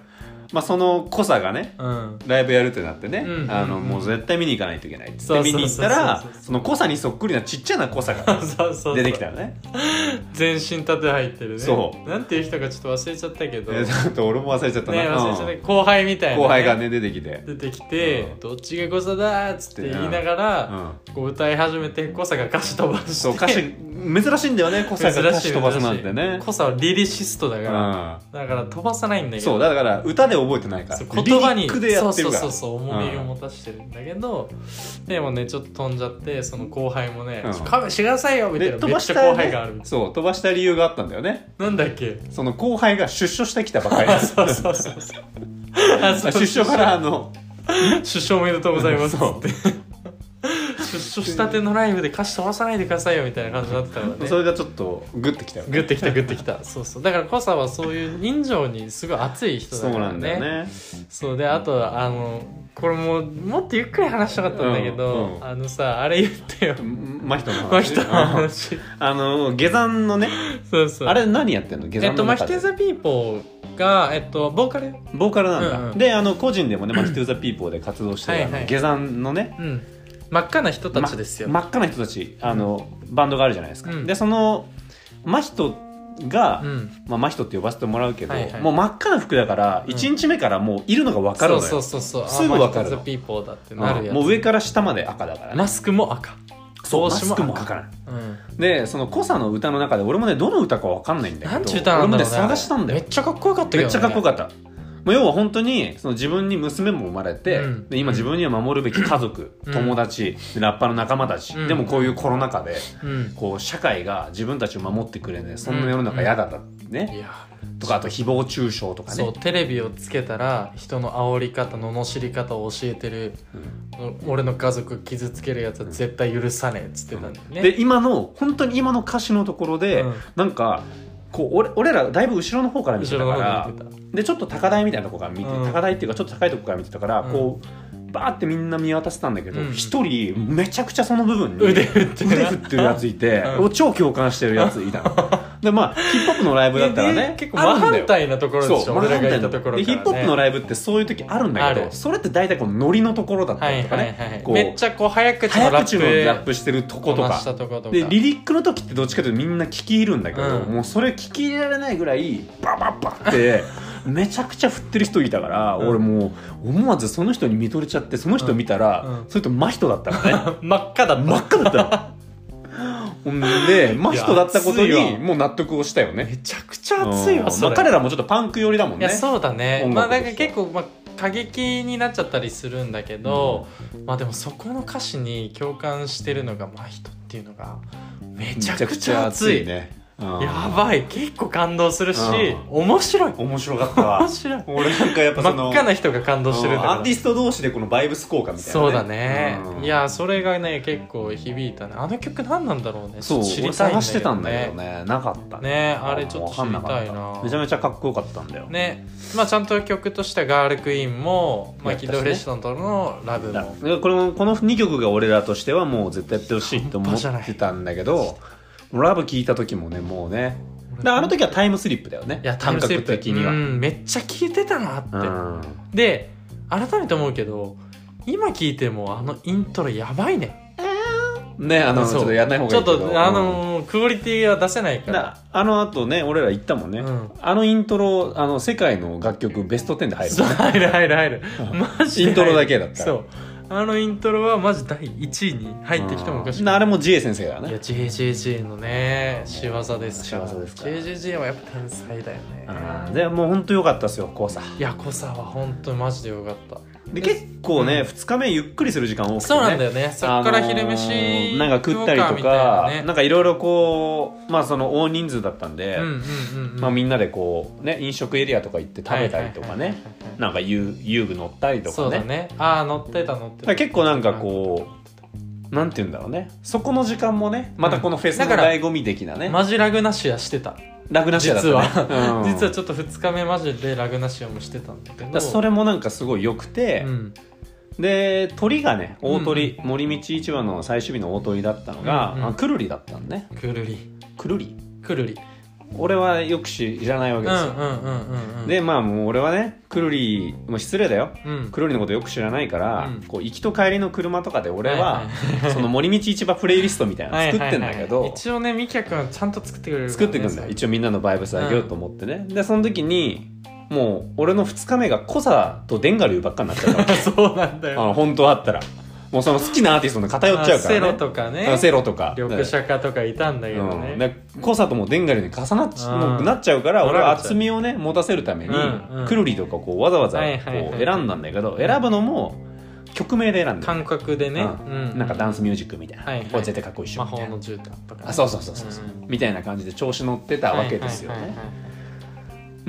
S2: まあ、その濃さがね
S1: うん
S2: ライブやるってなってね、
S1: うんうんうん
S2: あのもう絶対見に行かないといけないっつっ
S1: そうそう
S2: て見
S1: そう
S2: に行ったら
S1: そうそうそう
S2: その濃さにそっくりなちっちゃな濃さ
S1: そう
S2: が
S1: そうそう
S2: 出てきたよね。
S1: 全身盾入ってるね
S2: そう
S1: なんていう人かちょっと忘れちゃったけど
S2: え
S1: ね
S2: ちょっと俺も忘れちゃったな、
S1: 忘れちゃった、
S2: うん
S1: 後輩みたいな、
S2: 後輩がね出てきて、
S1: 出てきて、
S2: うん
S1: どっちが誤差だーっつって言いながら、
S2: うん、
S1: こう歌い始めて誤差が歌詞飛ばして
S2: そう 歌詞珍しいんだよね濃さが歌詞飛ばすなんてね
S1: 濃さはリリシストだ
S2: う
S1: から、
S2: ん
S1: だから飛ばさないんだけど
S2: そうだから歌で覚えてないから
S1: そう言葉に
S2: リリックでやってるから
S1: そうそうそうそう重みを持たしてるんだけど、でもねちょっと飛んじゃってその後輩もね
S2: うん
S1: 「勘弁してくださいよ」みたい
S2: で
S1: な
S2: 飛
S1: めっ
S2: ばし
S1: ち
S2: た
S1: ゃ後輩があるみ
S2: ね
S1: たい
S2: そう飛ばした理由があったんだよね
S1: ななんだっけ
S2: その後輩が出所してきたばかりで
S1: あ
S2: す
S1: そうそうそうそうあそう
S2: 出所からあの
S1: 出所おめでとうございますっ
S2: そう
S1: て出所したてのライブで歌詞飛ばさないでくださいよみたいな感じになってたからね
S2: それがちょっとグッてきたよ
S1: グッてきたグッてきたそうそうだからコサはそういう人情にすごい熱い人だ
S2: そ
S1: か
S2: うな
S1: ら
S2: んだよ
S1: ね
S2: ね
S1: そうであとあのこれもうもっとゆっくり話したかったんだけど、
S2: うんうん
S1: あのさあれ言ってよ
S2: 真人の
S1: 真
S2: 話
S1: 人の
S2: うん
S1: 話
S2: あの下山のね
S1: そうそう
S2: あれ何やってんの下
S1: えっ
S2: 山
S1: と
S2: の
S1: マヒ
S2: 中
S1: テ
S2: で、
S1: ンザピーポーがえっとボーカル
S2: ボーカルなんだ、
S1: うんうん
S2: であの個人でもねマヒトゥーザピーポーで活動してる、
S1: はいはい
S2: あの下山のね
S1: うん真っ赤な人たちですよ、
S2: ま真っ赤な人たちあのバンドがあるじゃないですか、
S1: うん
S2: でその真人が、
S1: うん
S2: まあ、真人って呼ばせてもらうけど、
S1: はいはい
S2: もう真っ赤な服だから
S1: うん
S2: 1日目からもういるのが分かるのよ、
S1: そうそうそうそう
S2: すぐわかる
S1: あマヒテンザピーポーだってなる
S2: う
S1: や
S2: ん
S1: つ、
S2: もう上から下まで赤だからね
S1: マスクも赤
S2: そ
S1: 帽
S2: うマ
S1: 子
S2: ス
S1: も
S2: ク
S1: 赤
S2: も赤から
S1: うん
S2: でその濃さの歌の中で俺もねどの歌か分かんないんだけど
S1: なんて歌なんだろう、ね、
S2: 俺もね探したんだよ
S1: めっちゃかっこよかったけど、ね、
S2: めっちゃかっこよかった、まあ、要は本当にその自分に娘も生まれて、
S1: うん
S2: で今自分には守るべき家族、
S1: うん
S2: 友達でラッパーの仲間たち、
S1: うん
S2: でもこういうコロナ禍で
S1: うん
S2: こう社会が自分たちを守ってくれねそんな世の中嫌だったね、
S1: いや
S2: とかあと誹謗中傷とか
S1: そう
S2: ね
S1: テレビをつけたら人の煽り方罵り方を教えてる、俺の家族傷つけるやつは絶対許さねえっつってたんだよね、
S2: で今の本当に今の歌詞のところで、
S1: うん
S2: なんかこう俺俺らだいぶ後ろの方から見て
S1: 後
S2: たか
S1: ろの方
S2: ら
S1: で見て
S2: でちょっと高台みたいなとこから見て、
S1: うん
S2: 高台っていうかちょっと高いとこから見てたから、
S1: うん
S2: こうバーってみんな見渡してたんだけど
S1: うん
S2: 一、人めちゃくちゃその部分に
S1: た腕振って
S2: 腕振ってるやついて、
S1: うん
S2: 俺超共感してるやついたのでまあヒップホップのライブだったらね
S1: で結構真
S2: あるんだよ
S1: 反対なところでし
S2: そう
S1: ょ
S2: 真
S1: 俺ら
S2: 反
S1: が行
S2: 対
S1: っ
S2: の
S1: た
S2: と
S1: と
S2: こ
S1: こ
S2: ろ
S1: ろ
S2: でヒップホップの
S1: ラ
S2: ライブってそういう時あるんだけ
S1: あ
S2: ど
S1: る
S2: それって大体このノリのところだったりとかね、
S1: はいはいはい
S2: こう
S1: めっちゃこう早口の
S2: 早
S1: ラ
S2: 口のラ
S1: ッ
S2: ッ
S1: プ
S2: プしてるとこと
S1: こな
S2: か
S1: したとことか
S2: でリリックの時ってどっちかというとみんな聞き入るんだけど、
S1: うん
S2: もうそれ聞き入れられないぐらいバババって めちゃくちゃ振ってる人いたから、
S1: うん
S2: 俺もう思わずその人に見とれちゃってその人見たら、
S1: うんうん
S2: それと真人だったのね
S1: 真っ赤だった
S2: 真っ赤だったのほんで真人だったこと
S1: いや熱い
S2: に
S1: わ
S2: もう納得をしたよね
S1: めちゃくちゃ熱いわ
S2: うんま
S1: そ
S2: あ、
S1: れ
S2: 彼らもちょっとパンク寄りだもん
S1: い
S2: ね
S1: やそうだね
S2: 音
S1: まあ
S2: 楽
S1: な
S2: とし
S1: ん
S2: て
S1: か結構、まあ、過激になっちゃったりするんだけど、まあでもそこの歌詞に共感してるのが真人っていうのがめちゃくちゃ熱い
S2: ね、
S1: やばい結構感動するし、
S2: うん
S1: 面白い
S2: 面白かったわ
S1: 面白い
S2: 俺なんかやっぱそ
S1: 真っ
S2: の
S1: 赤な人が感動してるんだ
S2: う
S1: か
S2: ん
S1: ら
S2: アーティスト同士でこのバイブス効果みたいな、
S1: そうだね、
S2: うん
S1: いやそれがね結構響いたねあの曲何なんだろうね
S2: そう
S1: ちょっと知
S2: 俺
S1: りたいん
S2: 探
S1: だ
S2: して
S1: け
S2: た
S1: ど
S2: んだけ
S1: ね
S2: どねなかった
S1: ねあれちょっと知り
S2: わか
S1: た
S2: ん
S1: い
S2: なか
S1: な
S2: っためちゃめちゃかっこよかったんだよ、
S1: ねまあちゃんと曲としてはガールクイーンもマイキー・ドフレッシュトンとのラブ
S2: だ
S1: も
S2: これもこの2曲が俺らとしてはもう絶対やってほしいと思ってたんだ けどラブ聴いた時もねもうねだからあの時はタイムスリップだよね
S1: いや
S2: 感覚的に
S1: タイムスリップう
S2: は、
S1: んめっちゃ聴いてたなって、
S2: うん
S1: で改めて思うけど今聴いてもあのイントロやばいね
S2: ねあのち
S1: そう
S2: ょっとやんない方が
S1: ち
S2: い
S1: ょ
S2: い
S1: っ
S2: けど
S1: とあの、クオリティは出せない
S2: うん
S1: から
S2: だあのあとね俺ら行ったもんね、
S1: うん
S2: あのイントロあの世界の楽曲ベスト10で入る
S1: そう入る入る入るマジで入る
S2: イントロだけだった
S1: そうあのイントロはマジ第1位に入ってきてもおかしく
S2: うん
S1: ない
S2: あれも J 先生だよ
S1: いや
S2: ね
S1: JJJ のね仕業ですから
S2: 仕業ですから
S1: JJJ はやっぱ天才だよ
S2: うん
S1: ね
S2: でもう本当良かったですよこうさ
S1: いや濃さは本当にマジでよかった
S2: で結構ね、二2日目ゆっくりする時間多くて、ね、
S1: そうなんだよねそっから昼
S2: あの
S1: 飯
S2: ーなんか食ったりと
S1: う
S2: か
S1: みたい
S2: なんかいろいろこうまあその大人数だったん
S1: な
S2: で、
S1: ねうんうんうん
S2: まあ、みんなでこうね飲食エリアとか行って食べたりとか
S1: はい
S2: ね
S1: はいはいはい
S2: なんか遊遊具乗ったりと
S1: そ
S2: か
S1: うだ
S2: ね
S1: ねああ乗ってた乗って
S2: だから
S1: た
S2: 結構なんかこうなんて言うんだろうねそこの時間もねまたこのフェスの
S1: だから
S2: 醍醐味的なね、
S1: マジラグナシアしてた
S2: 楽なし
S1: 実
S2: やだったね
S1: は
S2: うん
S1: 実はちょっと2日目マジでラグナシアもしてたんだけ
S2: だか
S1: ど
S2: らそれもなんかすごい良くて、
S1: うん
S2: で鳥がね大鳥、森道市場の最終日の大鳥だったのが、
S1: うんうん
S2: あくるりだったのね
S1: くるり
S2: くるり
S1: くるり
S2: 俺はよく知らないわ
S1: う
S2: け
S1: ん
S2: で
S1: う
S2: す
S1: ん
S2: よ、
S1: うんうんうん
S2: でまあもう俺はねくるりもう失礼だよ
S1: うん
S2: くるりのことよく知らないから、
S1: うん
S2: こう行きと帰りの車とかで俺
S1: い
S2: は、
S1: い
S2: その森道市場プレイリストみたいなの作ってん
S1: はい
S2: だけど、
S1: はいはい一応ねみきゃくんはちゃんと作ってくれるからね
S2: 作ってくんだよ一応みんなのバイブスあげようと思ってね、でその時にもう俺の2日目が濃さとデンガ流ばっかになっちゃうか ら
S1: そうなんだ
S2: あ
S1: よ
S2: の本当はあったらもうその好きなアーティストに偏っちゃうから、ね、
S1: セロとかね
S2: あセロとか
S1: 緑茶化とかいたんだけど
S2: う
S1: ね
S2: ん、だから濃さともデンガリに重なっち
S1: うん
S2: もうなっちゃうから俺は
S1: なっちゃう
S2: 厚みをね持たせるために
S1: うんうん
S2: くるりとかこうわざわざこ
S1: はいはいは
S2: う
S1: い
S2: 選んだんだけど選ぶのも曲名で選んだ
S1: 感覚でね、
S2: うん
S1: うん
S2: なんかダンスミュージックみたいな
S1: はいはい
S2: これ絶対かっこいいっしょ
S1: 魔
S2: みたい
S1: 法
S2: な
S1: の絨毯とかね、
S2: あそうそうそうそうそう
S1: うん
S2: みたいな感じで調子乗ってたわけですよ
S1: はいはい
S2: ね
S1: はいはい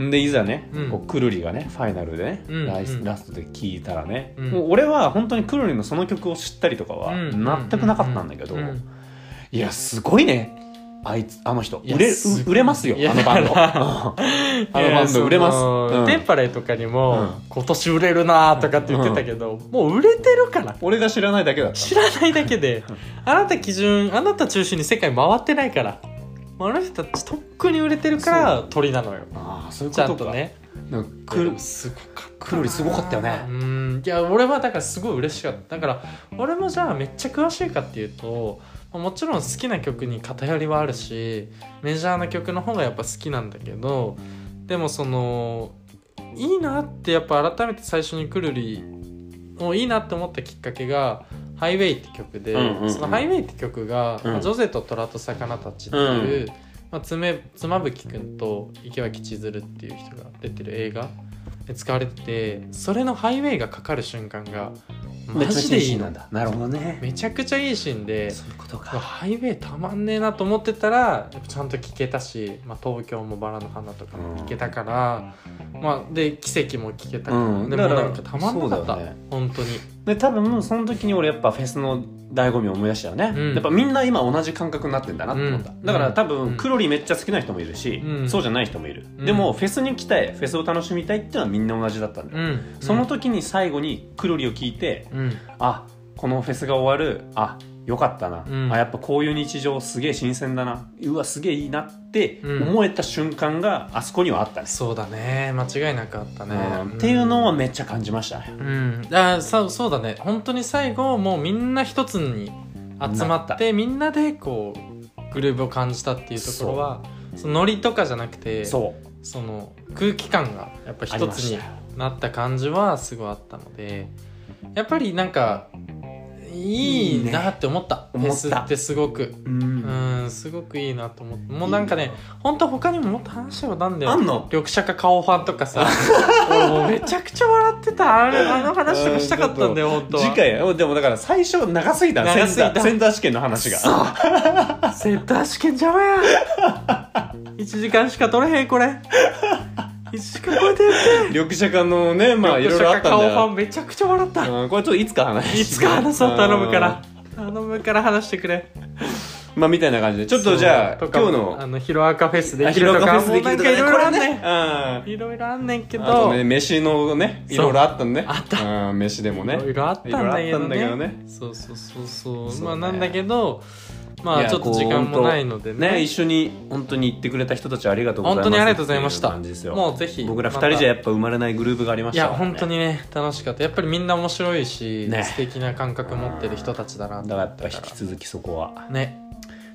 S2: んでいざね
S1: うん
S2: こうくるりがねファイナルでね
S1: うん
S2: ライス
S1: うん
S2: ラストで聴いたらね
S1: うん
S2: もう俺は本当にくるりのその曲を知ったりとかは
S1: うん
S2: 全くなかったんだけど
S1: うん
S2: いやすごいねあいつあの人
S1: いや
S2: 売れ
S1: すごい
S2: 売れますよ
S1: いや
S2: あのバンド
S1: だから
S2: あのバンド売れます、うん
S1: テンパレーとかにも、
S2: うん
S1: 今年売れるなーとかって言ってたけど、もう売れてるから
S2: 俺が知らないだけだった
S1: 知らないだけであなた基準あなた中心に世界回ってないからもうあの人たちとっくに売れてるから鳥なのよ
S2: ああそういう
S1: ち
S2: こ
S1: ゃ
S2: と
S1: ん
S2: か
S1: とね
S2: なんかくる
S1: すごかっ
S2: くるりすごかったよね
S1: うんいや俺はだからすごい嬉しかっただから俺もじゃあめっちゃ詳しいかっていうとまあもちろん好きな曲に偏りはあるしメジャーな曲の方がやっぱ好きなんだけどでもそのいいなってやっぱ改めて最初にくるりをいいなって思ったきっかけが「ハイウェイって曲で、
S2: うんうんうん
S1: その「ハイウェイって曲が「
S2: うん
S1: まあジョゼと虎と魚たち」っていう、まあ、爪妻夫木君と池脇千鶴っていう人が出てる映画で使われててそれのハイウェイがかかる瞬間がマジでいい
S2: な
S1: の
S2: んだなるほどね
S1: めちゃくちゃいいシーンで
S2: そういうこと
S1: うわ
S2: か
S1: ハイウェイたまんねえなと思ってたらやっぱちゃんと聴けたし、まあ、東京もバラの花とかも聴けたから、まあ、で奇跡も聴けたから、
S2: うん
S1: で
S2: だ
S1: も
S2: から
S1: なんかたまんなかった、
S2: そうだよね
S1: 本当に
S2: で多分その時に俺やっぱフェスの醍醐味を思い出したよね、
S1: うん
S2: やっぱみんな今同じ感覚になってんだなって思った、
S1: うん
S2: だから多
S1: うん
S2: 分クロリめっちゃ好きな人もいるし、
S1: うん
S2: そうじゃない人もいる、
S1: うん
S2: でもフェスに来たいフェスを楽しみたいっていうのはみんな同じだったんだ
S1: う
S2: よ、
S1: ん
S2: その時に最後にクロリを聞いて
S1: うん
S2: あこのフェスが終わるあよかったな、
S1: うん
S2: あやっぱこういう日常すげえ新鮮だなうわすげえいいなって
S1: うん
S2: 思えた瞬間があそこにはあったね、
S1: そうだね間違いなくあったね、
S2: うんっていうのはめっちゃ感じましたね、
S1: うん、あそうそうだね本当に最後もうみんな一つに集まっ
S2: なって
S1: みんなでこうグルーヴを感じたっていうところはそのノリとかじゃなくてそ
S2: そう
S1: の空気感がやっぱ
S2: あり
S1: 一
S2: ま
S1: つ
S2: した
S1: に
S2: よ
S1: なった感じはすごいあったのでやっぱりなんかいいなって思った
S2: いいね
S1: フェスってすごく
S2: うん
S1: うんすごくいいなと思ってもうなんかね本当他にももっと話したことあるんだよ
S2: あんの
S1: 緑茶か顔ファンとかさ俺もうめちゃくちゃ笑ってたあれあの話とかしたかったんだよ本当は
S2: 次回でもだから最初長すぎた
S1: 長す
S2: セン
S1: ぎ
S2: タ
S1: た
S2: ーセンター試験の話が
S1: そうセンター試験邪魔や1時間しか取れへんこれ1時間超えてるって
S2: 緑茶館のねまあいろいろあっ
S1: 緑茶
S2: たんだ
S1: か顔ファ
S2: よ
S1: ンめちゃくちゃ笑った
S2: うんこれちょっといつか話して
S1: いつか話そう頼むから頼むから話してくれ
S2: うんまあみたいな感じでちょっとじゃあ
S1: そうと
S2: 今
S1: か
S2: 日
S1: あ
S2: の
S1: のヒロアカフェスで
S2: あ
S1: き
S2: ヒ
S1: る
S2: ロ
S1: と
S2: カ
S1: か
S2: フェスできると
S1: もう
S2: かね
S1: なん
S2: こ
S1: かいろいろあ
S2: れ
S1: んね
S2: ねうん
S1: いろいろあんねんけ
S2: あと
S1: ど、
S2: ね飯のねいろいろあったんね
S1: あった
S2: うん飯でも
S1: い
S2: ね
S1: ろいろあったんだけ
S2: い
S1: ど
S2: ろいろあったんだけ
S1: ね
S2: どね
S1: そうそうそうそう
S2: そうね
S1: まあなんだけどま
S2: い
S1: あ
S2: や
S1: ちょっと時間もないのでね
S2: ね一緒に本当に行ってくれた人たちありがとうございます
S1: 本当にありがとうございました
S2: ってう感じですよ
S1: もうぜひ
S2: 僕ら
S1: ま
S2: 二
S1: た
S2: 人じゃやっぱ生まれないグループがありま
S1: い
S2: した
S1: や
S2: からね
S1: 本当にね楽しかったやっぱりみんな面白いし、
S2: ね
S1: 素敵な感覚持ってる人たちだな
S2: だからやっぱ引き続きそこは
S1: ね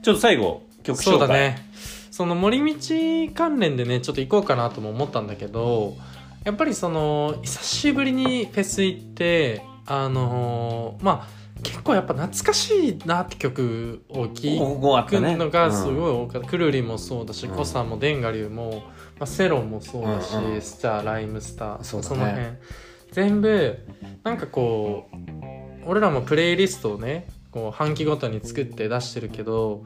S2: ちょっと最後曲
S1: そう
S2: 紹
S1: だ
S2: 介
S1: ねその森道関連でねちょっと行こうかなとも思ったんだけどやっぱりその久しぶりにフェス行ってあのーまあ結構やっぱ懐かしいなって曲を聴いて
S2: ここあっ
S1: く
S2: たね
S1: のがす
S2: うん
S1: ごい多かった、くるりもそうだし、
S2: うん
S1: コサもデンガリュウも、まあ、セロンもそうだし、
S2: うんうん
S1: スターライムスター
S2: そうだね
S1: の辺全部なんかこう俺らもプレイリストをねこう半期ごとに作って出してるけど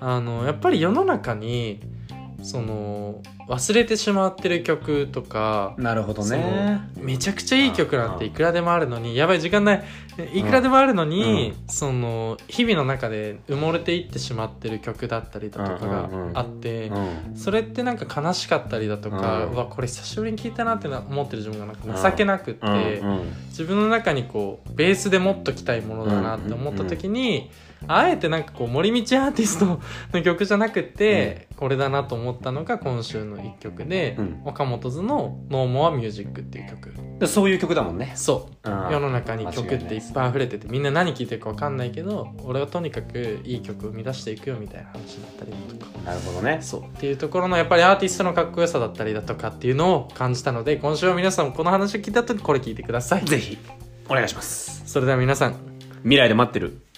S1: あのやっぱり世の中にその忘れてしまってる曲とか
S2: なるほどね
S1: そのめちゃくちゃいい曲なんていくらでもあるのにやばい時間ないいくらでもあるのに、その日々の中で埋もれていってしまってる曲だったりだとかが
S2: うんうんうん
S1: あって、
S2: うん
S1: それってなんか悲しかったりだとか、う
S2: うん
S1: わこれ久しぶりに聴いたなってな思ってる自分がなんか情けなくって、
S2: うんうん
S1: 自分の中にこうベースでもっときたいものだなって思った時に、あえてなんかこう森道アーティストの曲じゃなくて、これだなと思ったのが今週の一曲で、
S2: うん
S1: 岡本図の「ノーモアミュージックっていう曲
S2: でそういう曲だもんね
S1: そう世
S2: 世
S1: の中に曲っていっぱい溢れててみんな何聴いてるか分かんないけど俺はとにかくいい曲を生み出していくよみたいな話だったりだとか
S2: なるほどね
S1: そうっていうところのやっぱりアーティストのかっこよさだったりだとかっていうのを感じたので今週は皆さんもこの話を聞いた後にこれ聞いてください
S2: ぜひお願いします
S1: それでは皆さん
S2: 未来で待ってる